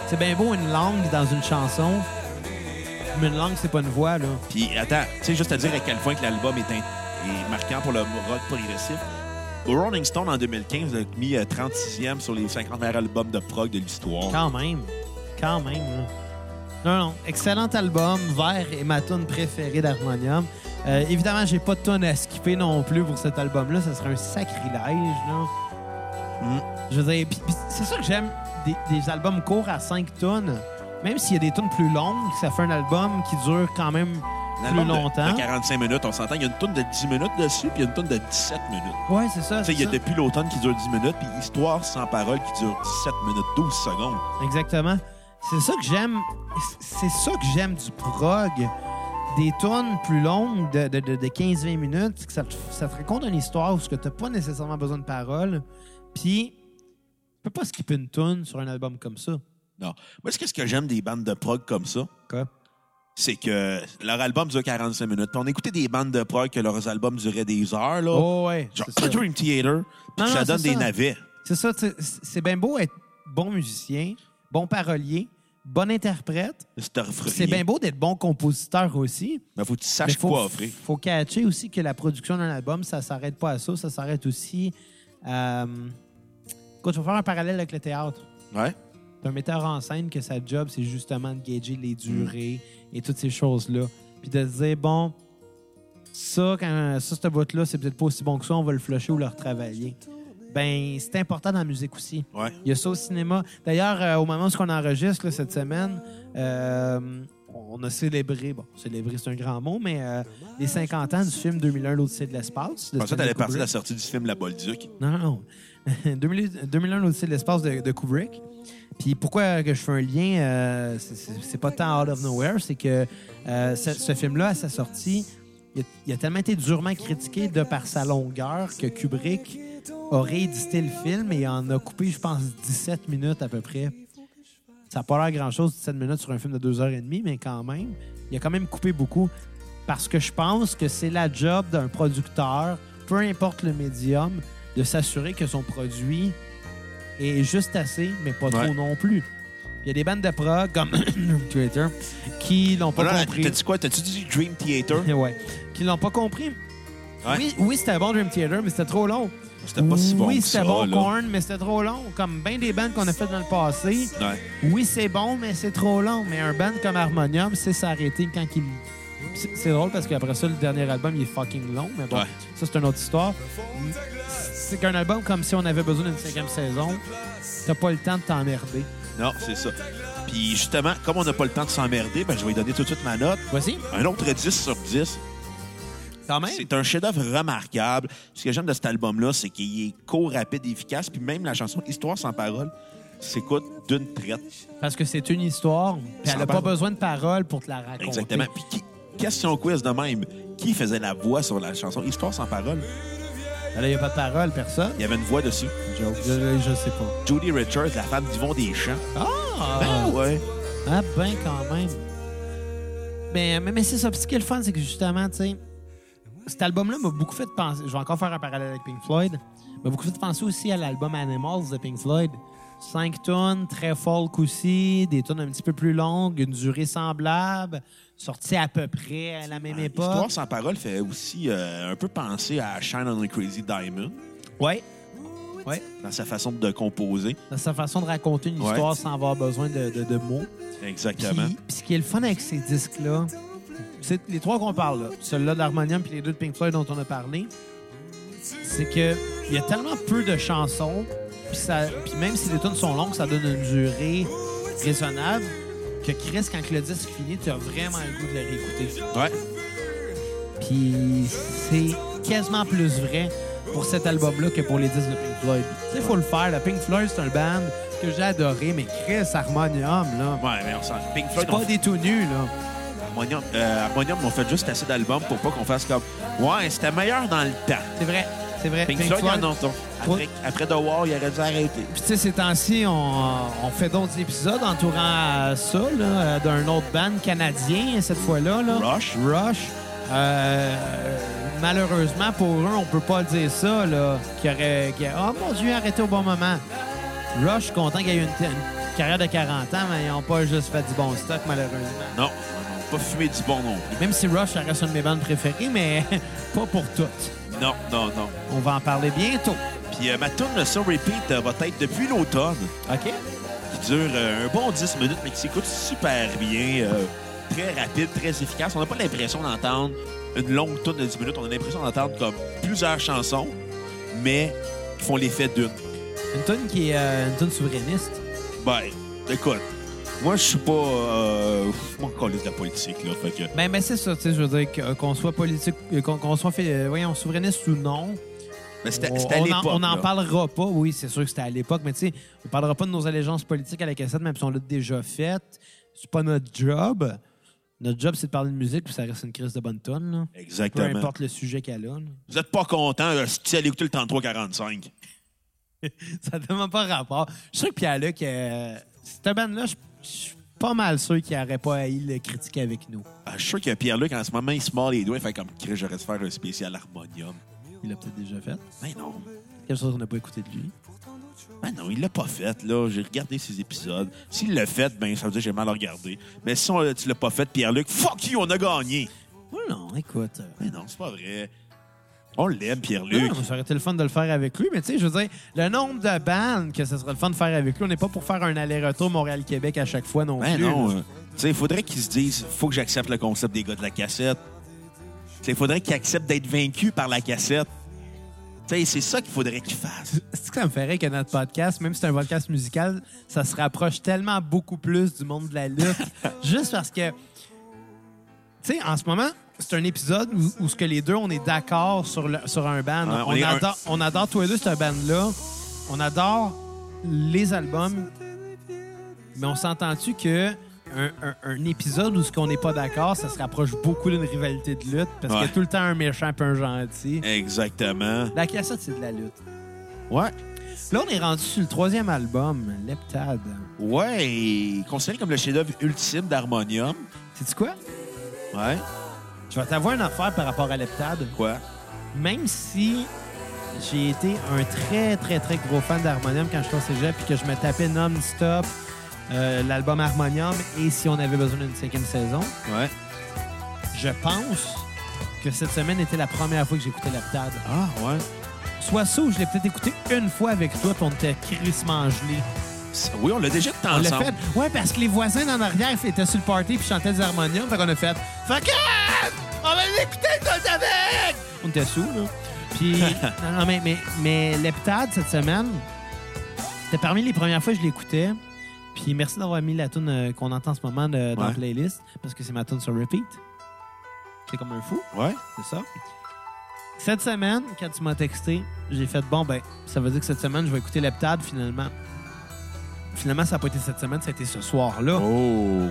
Speaker 3: c'est bien beau une langue dans une chanson, mais une langue, c'est pas une voix, là.
Speaker 1: Puis attends, tu sais, juste à dire à quel point que l'album est, in- est marquant pour le rock progressif. Rolling Stone en 2015 a mis euh, 36e sur les 50 meilleurs albums de prog de l'histoire.
Speaker 3: Quand même. Quand même, là. Non, non. Excellent album. Vert est ma tune préférée d'Harmonium. Euh, évidemment, j'ai pas de tune à skipper non plus pour cet album-là. Ça serait un sacrilège, là.
Speaker 1: Mm.
Speaker 3: Je veux dire, puis- puis c'est ça que j'aime des, des albums courts à 5 tonnes. Même s'il y a des tonnes plus longues, ça fait un album qui dure quand même
Speaker 1: Un
Speaker 3: plus
Speaker 1: album de-
Speaker 3: longtemps.
Speaker 1: De, 45 minutes, on s'entend. Il y a une tonne de 10 minutes dessus, puis il y a une tonne de 17 minutes.
Speaker 3: Ouais, c'est ça.
Speaker 1: Tu sais, il y
Speaker 3: c'est
Speaker 1: a
Speaker 3: ça.
Speaker 1: depuis l'automne qui dure 10 minutes, puis Histoire sans parole qui dure 17 minutes 12 secondes.
Speaker 3: Exactement. C'est ça que j'aime. C'est ça que j'aime du prog. Des tonnes plus longues de, de, de, de 15-20 minutes, c'est que ça te, ça te raconte une histoire où tu n'as pas nécessairement besoin de paroles. Puis, tu peux pas skipper une tune sur un album comme ça.
Speaker 1: Non. Moi, ce que, ce que j'aime des bandes de prog comme ça,
Speaker 3: Quoi?
Speaker 1: c'est que leur album dure 45 minutes. Puis on écoutait des bandes de prog que leurs albums duraient des heures, là.
Speaker 3: Oh, ouais.
Speaker 1: Genre
Speaker 3: c'est ça.
Speaker 1: Dream Theater, puis
Speaker 3: Non,
Speaker 1: ça
Speaker 3: non,
Speaker 1: donne
Speaker 3: c'est
Speaker 1: des
Speaker 3: ça.
Speaker 1: navets.
Speaker 3: C'est ça, tu sais, c'est bien beau être bon musicien, bon parolier, bon interprète.
Speaker 1: C'est refroidi.
Speaker 3: C'est bien beau d'être bon compositeur aussi.
Speaker 1: Mais faut que tu
Speaker 3: Mais
Speaker 1: saches
Speaker 3: faut,
Speaker 1: quoi offrir.
Speaker 3: faut catcher aussi que la production d'un album, ça s'arrête pas à ça. Ça s'arrête aussi. Euh... Écoute, je vais faire un parallèle avec le théâtre.
Speaker 1: Ouais.
Speaker 3: C'est un metteur en scène que sa job, c'est justement de gager les durées et toutes ces choses-là. Puis de se dire, bon, ça, quand, ça, cette boîte-là, c'est peut-être pas aussi bon que ça, on va le flusher ou le retravailler. Ben, c'est important dans la musique aussi.
Speaker 1: Ouais.
Speaker 3: Il y a ça au cinéma. D'ailleurs, euh, au moment où on enregistre là, cette semaine, euh, on a célébré, bon, célébré c'est un grand mot, mais euh, les 50 ans du film 2001, l'Odyssée de l'espace.
Speaker 1: Je pensais
Speaker 3: de
Speaker 1: que
Speaker 3: Stanley
Speaker 1: t'allais partir de la
Speaker 3: Kubrick.
Speaker 1: sortie du film La Bolduc.
Speaker 3: Non, non, non. 2000 2001, l'Odyssée de l'espace de, de Kubrick. Puis pourquoi que je fais un lien, euh, c'est- c'est c'est pas tant out of nowhere, c'est que euh, ce, ce film-là, à sa sortie, il a, il a tellement été durement critiqué de par sa longueur que Kubrick a réédité le film et en a coupé, je pense, 17 minutes à peu près. Ça n'a pas l'air grand-chose, 17 minutes sur un film de 2h30, mais quand même, il a quand même coupé beaucoup. Parce que je pense que c'est la job d'un producteur, peu importe le médium, de s'assurer que son produit est juste assez, mais pas
Speaker 1: Ouais.
Speaker 3: trop non plus. Il y a des bandes de prog comme Twitter qui l'ont pas
Speaker 1: Voilà,
Speaker 3: compris.
Speaker 1: T'as dit quoi? T'as-tu dit Dream Theater?
Speaker 3: Eh ouais. Qui l'ont pas compris.
Speaker 1: Ouais.
Speaker 3: Oui, oui c'était bon Dream Theater, mais c'était trop long.
Speaker 1: C'était pas si bon
Speaker 3: Oui,
Speaker 1: que ça,
Speaker 3: c'était bon
Speaker 1: là.
Speaker 3: Korn, mais c'était trop long. Comme bien des bandes qu'on a faites dans le passé.
Speaker 1: Ouais.
Speaker 3: Oui, c'est bon, mais c'est trop long. Mais un band comme Harmonium, c'est s'arrêter quand il... C'est c'est drôle parce qu'après ça, le dernier album, il est fucking long. Mais bon,
Speaker 1: Ouais.
Speaker 3: ça, c'est une autre histoire. C'est qu'un album comme si on avait besoin d'une cinquième saison, t'as pas le temps de t'emmerder.
Speaker 1: Non, c'est ça. Puis justement, comme on n'a pas le temps de s'emmerder, ben, je vais lui donner tout de suite ma note.
Speaker 3: Voici,
Speaker 1: Un autre 10 sur 10.
Speaker 3: quand même.
Speaker 1: C'est un chef-d'œuvre remarquable. Ce que j'aime de cet album-là, c'est qu'il est court, rapide, efficace. Puis même la chanson Histoire sans parole s'écoute d'une traite.
Speaker 3: Parce que c'est une histoire, puis
Speaker 1: Sans
Speaker 3: elle n'a pas
Speaker 1: parole.
Speaker 3: besoin de paroles pour te la raconter.
Speaker 1: Exactement. Puis qui- question quiz de même. Qui faisait la voix sur la chanson Histoire sans parole?
Speaker 3: Là, il n'y a pas de parole, personne.
Speaker 1: Il y avait une voix dessus.
Speaker 3: Je, je sais pas.
Speaker 1: Judy Richards, la femme d'Yvon Deschamps.
Speaker 3: Ah!
Speaker 1: Ben ouais.
Speaker 3: Ah ben quand même. Ben, euh, Mais, mais, mais c'est ça. Puis ce qui est le fun, c'est que justement, tu sais, cet album-là m'a beaucoup fait penser. Je vais encore faire un parallèle avec Pink Floyd. M'a beaucoup fait penser aussi à l'album Animals de Pink Floyd. 5 tonnes, très folk aussi, des tonnes un petit peu plus longues, une durée semblable, sorties à peu près à la
Speaker 1: Ah,
Speaker 3: même époque.
Speaker 1: Histoire sans parole fait aussi euh, un peu penser à Shine on a Crazy Diamond
Speaker 3: Ouais. Ouais.
Speaker 1: dans sa façon de composer.
Speaker 3: Dans sa façon de raconter une
Speaker 1: Ouais.
Speaker 3: histoire sans avoir besoin de, de- de mots. Puis,
Speaker 1: Exactement.
Speaker 3: puis ce qui est le fun avec ces disques-là, c'est les trois qu'on parle, là, celui-là de l'harmonium puis les deux de Pink Floyd dont on a parlé, c'est que il y a tellement peu de chansons, puis, ça, puis même si les tunes sont longues, ça donne une durée raisonnable, que Chris, quand que le disque finit, tu as vraiment le goût de le réécouter.
Speaker 1: Ouais.
Speaker 3: Puis c'est quasiment plus vrai pour cet album-là que pour les disques de Pink Floyd. Tu sais, faut le faire. Le Pink Floyd, c'est un band que j'ai adoré, mais Chris, Harmonium, là...
Speaker 1: Ouais, mais on s'en Pink
Speaker 3: C'est
Speaker 1: Floyd, on
Speaker 3: pas des tout nus, là.
Speaker 1: fait Harmonium, euh, Harmonium, on fait juste assez d'albums pour pas qu'on fasse comme Ouais, c'était meilleur dans le temps.
Speaker 3: C'est vrai, c'est vrai.
Speaker 1: Pink,
Speaker 3: Pink
Speaker 1: Floyd,
Speaker 3: Floyd.
Speaker 1: non, non. Après, après The War, il aurait dû arrêter.
Speaker 3: Puis tu sais, ces temps-ci, on, on fait d'autres épisodes entourant euh, ça, là, euh, d'un autre band canadien, cette fois-là. là.
Speaker 1: Rush.
Speaker 3: Rush. Euh, malheureusement, pour eux, on peut pas dire ça, là. Qui aurait, qui a- oh mon Dieu, arrêté au bon moment. Rush, je suis content qu'il y ait eu une, une carrière de 40 ans, mais ils n'ont pas juste fait du bon stock, malheureusement.
Speaker 1: Non, on n'a pas fumé du bon non plus.
Speaker 3: Même si Rush, ça reste une de mes bandes préférées, mais pas pour toutes.
Speaker 1: Non, non, non.
Speaker 3: On va en parler bientôt.
Speaker 1: Puis euh, ma tune sur repeat euh, va être depuis l'automne,
Speaker 3: OK?
Speaker 1: qui dure euh, un bon 10 minutes, mais qui s'écoute super bien, euh, très rapide, très efficace. On n'a pas l'impression d'entendre une longue tune de 10 minutes. On a l'impression d'entendre comme plusieurs chansons, mais qui font l'effet d'une.
Speaker 3: Une tune qui est euh, une tune souverainiste.
Speaker 1: Ben, écoute, moi, je suis pas. Euh, moi, encore de la politique, là. Fait que.
Speaker 3: Ben, mais c'est ça, tu sais, je veux dire, que- qu'on soit politique, euh, qu'on qu'on soit, fait, euh, voyons, souverainiste ou non,
Speaker 1: Mais c'était
Speaker 3: on-
Speaker 1: c'était à
Speaker 3: on en-
Speaker 1: l'époque.
Speaker 3: on n'en
Speaker 1: là.
Speaker 3: parlera pas. Oui, c'est sûr que c'était à l'époque, mais tu sais, on parlera pas de nos allégeances politiques à la cassette, même si on l'a déjà faite. C'est pas notre job. Notre job, c'est de parler de musique, puis ça reste une crise de bonne tonne, là. Peu
Speaker 1: Exactement.
Speaker 3: importe le sujet qu'elle a, là.
Speaker 1: Vous êtes pas content, euh, si tu allais écouter le 3345.
Speaker 3: Ça n'a tellement pas rapport. Je suis sûr que Pierre-Luc, euh, cette bande-là, je je suis pas mal sûr qu'il n'aurait pas haï le critiquer avec nous.
Speaker 1: Ah, je suis sûr que Pierre-Luc, en ce moment, il se mord les doigts. Il fait comme Chris, j'aurais dû faire un spécial harmonium.
Speaker 3: Il l'a peut-être déjà fait.
Speaker 1: Mais non.
Speaker 3: Quelque chose qu'on n'a pas écouté de lui.
Speaker 1: Mais non, il l'a pas fait, là. J'ai regardé ses épisodes. S'il l'a fait, ben, ça veut dire que j'ai mal regardé. Mais si on, tu l'as pas fait, Pierre-Luc, fuck you, on a gagné.
Speaker 3: Oui, non, écoute. euh,
Speaker 1: Mais non, c'est pas vrai. On l'aime, Pierre-Luc.
Speaker 3: Non, ça aurait été le fun de le faire avec lui, mais tu sais, je veux dire, le nombre de bandes que ce serait le fun de faire avec lui, on n'est pas pour faire un aller-retour Montréal-Québec à chaque fois non
Speaker 1: Ben
Speaker 3: plus. là.
Speaker 1: non. euh, Tu sais, il faudrait qu'ils se disent faut que j'accepte le concept des gars de la cassette. Il faudrait qu'ils acceptent d'être vaincus par la cassette. Tu sais, c'est ça qu'il faudrait qu'ils fassent.
Speaker 3: C'est-tu que ça me ferait que notre podcast, même si c'est un podcast musical, ça se rapproche tellement beaucoup plus du monde de la lutte. juste parce que, tu sais, en ce moment, c'est un épisode où, où ce que les deux, on est d'accord sur, le- sur un band.
Speaker 1: Ouais, on
Speaker 3: on,
Speaker 1: est un-
Speaker 3: adore, on adore tous les deux ce band-là. On adore les albums. Mais on s'entend-tu que un, un- un épisode où ce qu'on n'est pas d'accord, ça se rapproche beaucoup d'une rivalité de lutte parce qu'il y
Speaker 1: Ouais.
Speaker 3: a tout le temps un méchant et un gentil.
Speaker 1: Exactement.
Speaker 3: La cassette, c'est de la lutte.
Speaker 1: Ouais.
Speaker 3: Là, on est rendu sur le troisième album, Leptade.
Speaker 1: Ouais, considéré comme le chef-d'œuvre ultime d'Harmonium.
Speaker 3: Sais-tu quoi?
Speaker 1: Ouais.
Speaker 3: Je vais t'avouer une affaire par rapport à Leptade.
Speaker 1: Quoi?
Speaker 3: Même si j'ai été un très, très, très gros fan d'Harmonium quand je suis au cégep puis que je me tapais non-stop euh, l'album Harmonium et si on avait besoin d'une cinquième saison,
Speaker 1: Ouais.
Speaker 3: je pense que cette semaine était la première fois que j'écoutais Leptade.
Speaker 1: Ah, ouais.
Speaker 3: Soit ça ou je l'ai peut-être écouté une fois avec toi puis on était crissement gelés.
Speaker 1: Ça- Oui, on l'a déjà fait
Speaker 3: On
Speaker 1: ensemble.
Speaker 3: l'a fait. Ouais, parce que les voisins en arrière étaient sur le party puis chantaient des harmoniums. Fait qu'on a fait Fuck it! On va l'écouter, nous avec! On était sous, là. Puis, non, non, mais, mais, mais l'heptade, cette semaine, c'était parmi les premières fois que je l'écoutais. Puis merci d'avoir mis la tune euh, qu'on entend en ce moment de- dans
Speaker 1: Ouais.
Speaker 3: la playlist, parce que c'est ma tune sur repeat. C'est comme un fou,
Speaker 1: Ouais.
Speaker 3: c'est ça. Cette semaine, quand tu m'as texté, j'ai fait bon, ben, ça veut dire que cette semaine, je vais écouter l'heptade finalement. Finalement, ça n'a pas été cette semaine, ça a été ce soir-là.
Speaker 1: Oh.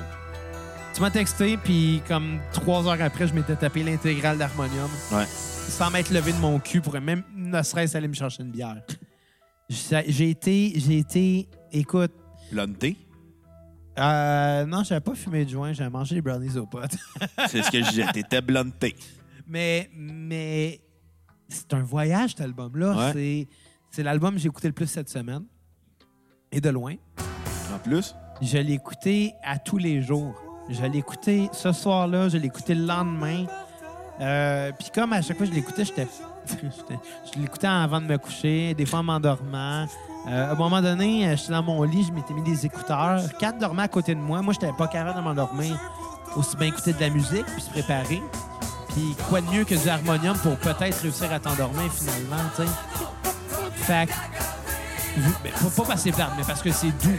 Speaker 3: Tu m'as texté, puis comme trois heures après, je m'étais tapé l'intégrale d'Harmonium
Speaker 1: Ouais.
Speaker 3: sans m'être levé de mon cul pour même ne serait-ce aller me chercher une bière. J'ai j'ai été, j'ai été, écoute,
Speaker 1: Blunté.
Speaker 3: euh, non, j'avais pas fumé de joint, j'avais mangé des brownies aux potes.
Speaker 1: C'est ce que je disais. T'étais blunté.
Speaker 3: mais, mais c'est un voyage, cet album-là.
Speaker 1: Ouais.
Speaker 3: C'est- C'est l'album que j'ai écouté le plus cette semaine, et de loin.
Speaker 1: En plus.
Speaker 3: Je l'ai écouté à tous les jours. Je l'ai écouté ce soir-là, je l'ai écouté le lendemain. Euh, Puis comme à chaque fois que je l'écoutais, j'étais... j'étais- je l'écoutais avant de me coucher, des fois en m'endormant. Euh, à un moment donné, euh, j'étais dans mon lit, je m'étais mis des écouteurs. Quatre dormaient à côté de moi. Moi, j'étais pas capable de m'endormir. Aussi bien écouter de la musique, puis se préparer. Puis quoi de mieux que du harmonium pour peut-être réussir à t'endormir finalement, tu sais. Fait que... Ben, pas- pas passer par, mais parce que c'est doux.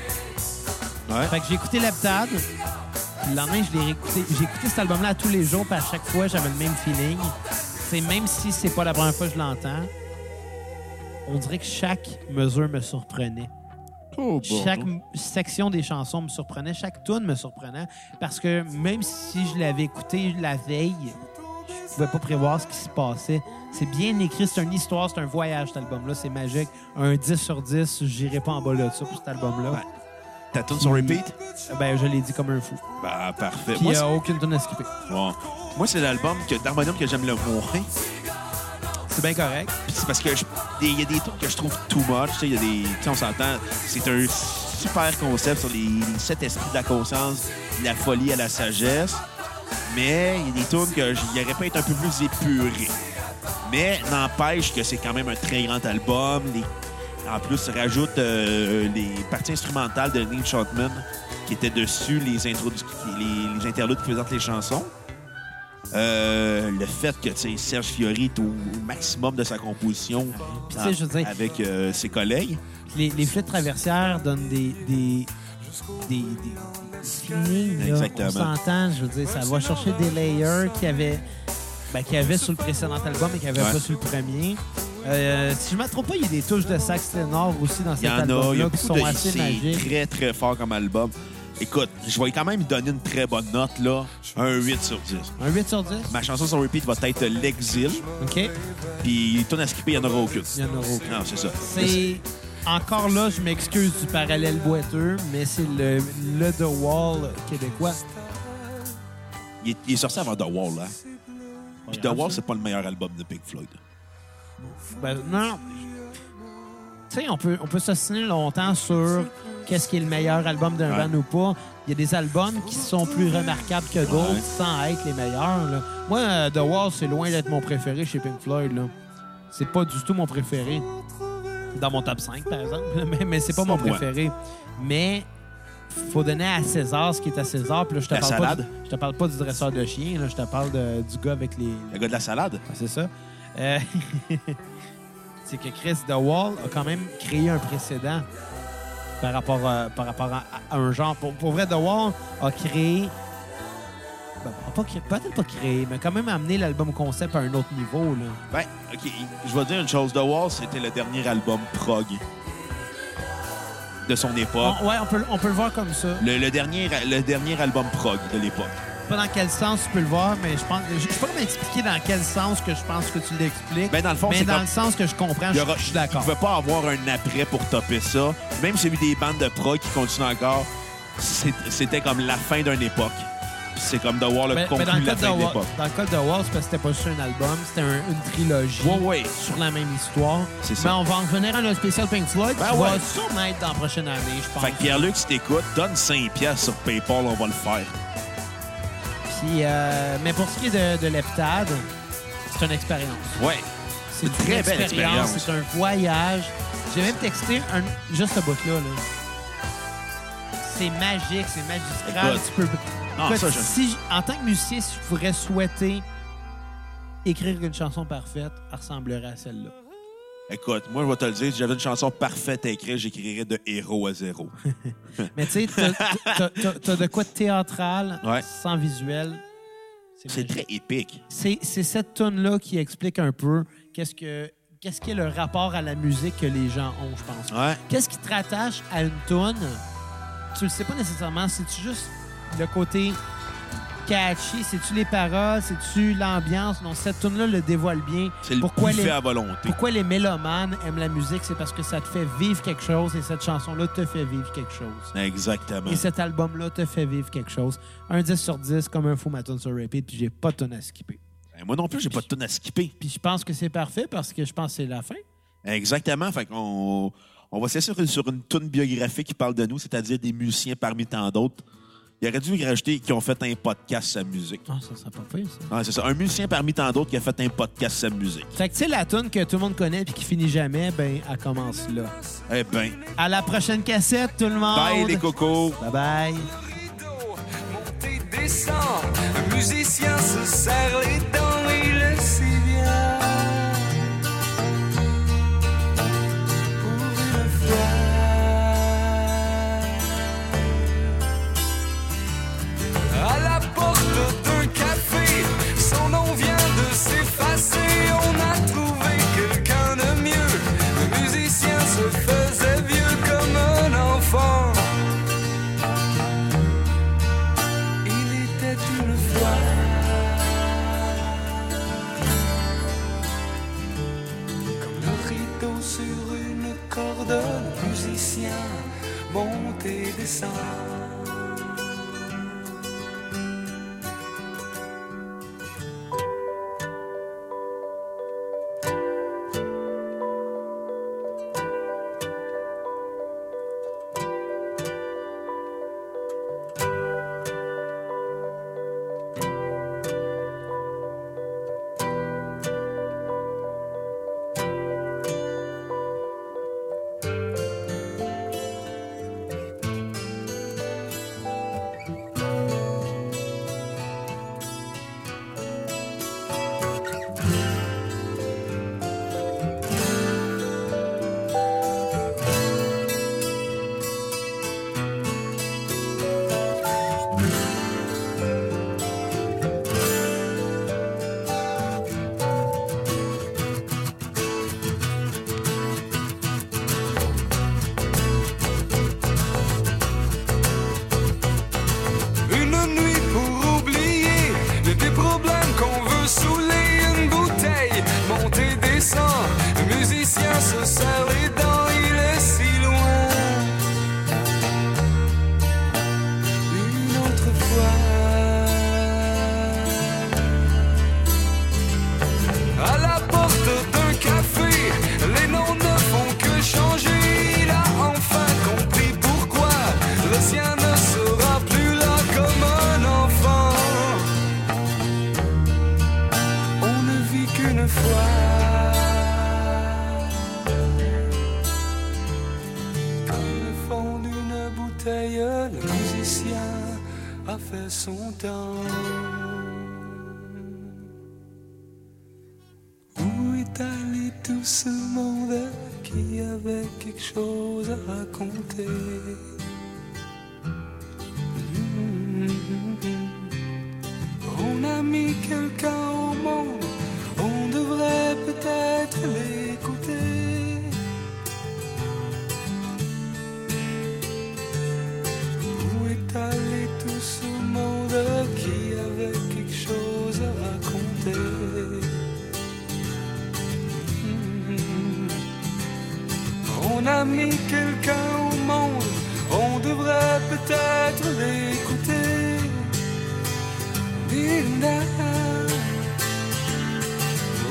Speaker 1: Ouais.
Speaker 3: Fait que j'ai écouté l'heptade. Puis le lendemain, je l'ai réécouté. J'ai écouté cet album-là à tous les jours, puis à chaque fois, j'avais le même feeling. C'est même si c'est pas la première fois que je l'entends, on dirait que chaque mesure me surprenait.
Speaker 1: Oh,
Speaker 3: Chaque m- section des chansons me surprenait, chaque tune me surprenait, parce que même si je l'avais écouté la veille, je pouvais pas prévoir ce qui se passait. C'est bien écrit, c'est une histoire, c'est un voyage, cet album-là, c'est magique. Un 10 sur 10, j'irai pas en bas là de ça pour cet album-là.
Speaker 1: Ta tune sur repeat?
Speaker 3: Ben, je l'ai dit comme un fou.
Speaker 1: Bah, parfait.
Speaker 3: Puis il
Speaker 1: Moi,
Speaker 3: n'y
Speaker 1: c'est-
Speaker 3: a aucune tonne à skipper.
Speaker 1: Bon. Moi, c'est l'album que d'Harmonium que j'aime le moins.
Speaker 3: C'est bien correct.
Speaker 1: Puis c'est parce que je- il y a des trucs que je trouve too much. tu sais, Il y a des, tu sais, on s'entend, c'est un super concept sur les, les sept esprits de la conscience, de la folie à la sagesse. Mais il y a des tunes que j- il aurait pu être un peu plus épuré. Mais n'empêche que c'est quand même un très grand album. Les- en plus, ça rajoute euh, les parties instrumentales de Neil Shotman qui étaient dessus, les, introdu- les- les interludes qui présentent les chansons. Euh, le fait que tu sais, Serge Fiori est au, au maximum de sa composition
Speaker 3: Puis, tu sais, je veux dire-
Speaker 1: avec euh, ses collègues.
Speaker 3: Les, les flûtes traversières donnent des. des. des. des- des feelings, là.
Speaker 1: Exactement.
Speaker 3: On s'entend, je veux dire, ça va chercher des layers qu'il y avait, ben, qu'il y avait sur le précédent album et qu'il n'y avait
Speaker 1: Ouais.
Speaker 3: pas sur le premier. Euh, si je ne me trompe pas, il y a des touches de sax ténor aussi dans
Speaker 1: Il
Speaker 3: cet
Speaker 1: y en a, il y a
Speaker 3: album-là qui
Speaker 1: beaucoup
Speaker 3: sont
Speaker 1: de.
Speaker 3: assez
Speaker 1: C'est
Speaker 3: magiques.
Speaker 1: très, très fort comme album. Écoute, je vais quand même donner une très bonne note, là. Un 8 sur 10.
Speaker 3: Un 8 sur 10.
Speaker 1: Ma chanson sur repeat va être L'Exil,
Speaker 3: OK?
Speaker 1: puis Tune à skipper, il n'y en aura aucune.
Speaker 3: Il y en aura aucune.
Speaker 1: Non, c'est ça.
Speaker 3: C'est. Encore là, je m'excuse du parallèle boiteux, mais c'est le, le The Wall québécois.
Speaker 1: Il est, il est sorti avant The Wall, là. Puis The
Speaker 3: Ah,
Speaker 1: Wall, c'est pas le meilleur album de Pink Floyd.
Speaker 3: Ben, non. non. Tu sais, on peut, on peut s'assiner longtemps sur qu'est-ce qui est le meilleur album d'un
Speaker 1: Ouais.
Speaker 3: band ou pas. Il y a des albums qui sont plus remarquables que d'autres
Speaker 1: Ouais.
Speaker 3: sans être les meilleurs. là. Moi, euh, The Wall, c'est loin d'être mon préféré chez Pink Floyd. là. C'est pas du tout mon préféré. Dans mon top 5, par exemple. Mais, mais c'est pas mon
Speaker 1: Ouais.
Speaker 3: préféré. Mais faut donner à César ce qui est à César. Puis là, je te
Speaker 1: La
Speaker 3: parle pas
Speaker 1: salade.
Speaker 3: du, je te parle pas du dresseur de chien. là. Je te parle de- du gars avec les,
Speaker 1: Le gars de la salade?
Speaker 3: Ouais, c'est ça. Euh, c'est que Chris The Wall a quand même créé un précédent par rapport, euh, par rapport à, à un genre. Pour, pour vrai, The Wall a créé. ben, a pas créé- Peut-être pas créé, mais quand même amené l'album concept à un autre niveau. Là.
Speaker 1: Ben, OK, je vais dire une chose. The Wall, c'était le dernier album prog de son époque.
Speaker 3: On- ouais, on peut, on peut le voir comme ça.
Speaker 1: Le, le dernier, le dernier album prog de l'époque.
Speaker 3: Je sais pas dans quel sens tu peux le voir, mais je pense. Je je sais pas comment expliquer dans quel sens que je pense que tu l'expliques.
Speaker 1: Ben, dans le fond,
Speaker 3: mais
Speaker 1: c'est
Speaker 3: dans
Speaker 1: comme-
Speaker 3: le sens que je comprends,
Speaker 1: Il y
Speaker 3: Ah, je,
Speaker 1: aura-
Speaker 3: je suis d'accord.
Speaker 1: Tu ne peux pas avoir un après pour topper ça. Même celui des bandes de prog qui continuent encore, c'est- c'était comme la fin d'une époque. Puis C'est comme The Wall a
Speaker 3: Mais- mais
Speaker 1: conclu
Speaker 3: dans, le
Speaker 1: la
Speaker 3: cas de
Speaker 1: fin de
Speaker 3: Wa-
Speaker 1: l'époque.
Speaker 3: dans le cas de The Wall, c'est parce que c'était pas juste un album, c'était un- une trilogie
Speaker 1: Ouais, ouais.
Speaker 3: sur la même histoire.
Speaker 1: C'est ça.
Speaker 3: Mais on va en revenir à notre spécial Pink Floyd
Speaker 1: Ben
Speaker 3: qui va
Speaker 1: ouais.
Speaker 3: sûrement être dans la prochaine année, je pense.
Speaker 1: Fait que Pierre-Luc, si t'écoutes, donne 5 piastres sur PayPal, on va le faire.
Speaker 3: Puis, euh, mais pour ce qui est de, de l'heptade, c'est une expérience.
Speaker 1: Ouais.
Speaker 3: C'est
Speaker 1: Une très belle expérience.
Speaker 3: C'est un voyage. J'ai même texté un, juste ce bout-là. là. C'est magique, c'est magistral.
Speaker 1: Écoute.
Speaker 3: Tu peux-
Speaker 1: Non,
Speaker 3: Écoute,
Speaker 1: ça, je-
Speaker 3: si, j- en tant que musicien, si je pourrais souhaiter écrire une chanson parfaite, elle ressemblerait à celle-là.
Speaker 1: Écoute, moi, je vais te le dire, si j'avais une chanson parfaite à écrire, j'écrirais de héros à zéro.
Speaker 3: Mais tu sais, t'as- t'as- t'as t'as de quoi de théâtral,
Speaker 1: Ouais.
Speaker 3: sans visuel.
Speaker 1: C'est
Speaker 3: magique.
Speaker 1: très épique.
Speaker 3: C'est c'est cette tune là qui explique un peu qu'est-ce que qu'est-ce qui est le rapport à la musique que les gens ont, je pense.
Speaker 1: Ouais.
Speaker 3: Qu'est-ce qui te rattache à une tune Tu le sais pas nécessairement. C'est-tu juste le côté catchy? C'est-tu les paroles? C'est-tu l'ambiance? Non, cette tune là le dévoile bien.
Speaker 1: C'est le
Speaker 3: Pourquoi
Speaker 1: buffet
Speaker 3: les-
Speaker 1: à volonté.
Speaker 3: Pourquoi les mélomanes aiment la musique? C'est parce que ça te fait vivre quelque chose et cette chanson-là te fait vivre quelque chose.
Speaker 1: Exactement.
Speaker 3: Et cet album-là te fait vivre quelque chose. Un 10 sur 10, comme un fou ma tune sur repeat, puis j'ai pas de tune à skipper.
Speaker 1: Eh, Moi non plus, j'ai pas de tonne à skipper.
Speaker 3: Puis je pense que c'est parfait parce que je pense que c'est la fin.
Speaker 1: Exactement. Fait qu'on on va s'assurer sur une toune biographique qui parle de nous, c'est-à-dire des musiciens parmi tant d'autres. Il aurait dû y rajouter qui ont fait un podcast sa musique.
Speaker 3: Ah, ça serait pas pire, ça.
Speaker 1: Ah, c'est ça. Un musicien parmi tant d'autres qui a fait un podcast sa musique.
Speaker 3: Fait que, tu sais, la tune que tout le monde connaît puis qui finit jamais, ben, elle commence là.
Speaker 1: Eh ben,
Speaker 3: À la prochaine cassette, tout le monde!
Speaker 1: bye les cocos!
Speaker 3: Bye bye!
Speaker 2: rideau, montée, descend. Un musicien se serre les dents, il le sait bien. Pour une fois. À la porte d'un café, son nom vient de s'effacer. On a trouvé quelqu'un de mieux. Le musicien se faisait vieux comme un enfant. Il était une fois. Comme le rideau sur une corde, le musicien monte et descend. Une nuit pour oublier les des problèmes qu'on veut saouler. Une bouteille montée descend. Le musicien se serre les dents, il est si loin. Une autre fois. À la porte d'un café, les noms ne font que changer. Il a enfin compris pourquoi le sien ne sera plus là comme un enfant. On ne vit qu'une fois. Au fond d'une bouteille, le musicien a fait son temps. Où est allé tout ce monde qui avait quelque chose à raconter Hmm. On a mis quelqu'un au monde, on devrait peut-être l'écouter. Où est allé tout ce monde qui avait quelque chose à raconter On a mis quelqu'un au monde, on devrait peut-être l'écouter. Linda,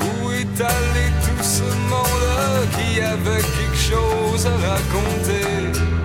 Speaker 2: où est allé tout ce monde qui avait quelque chose à raconter?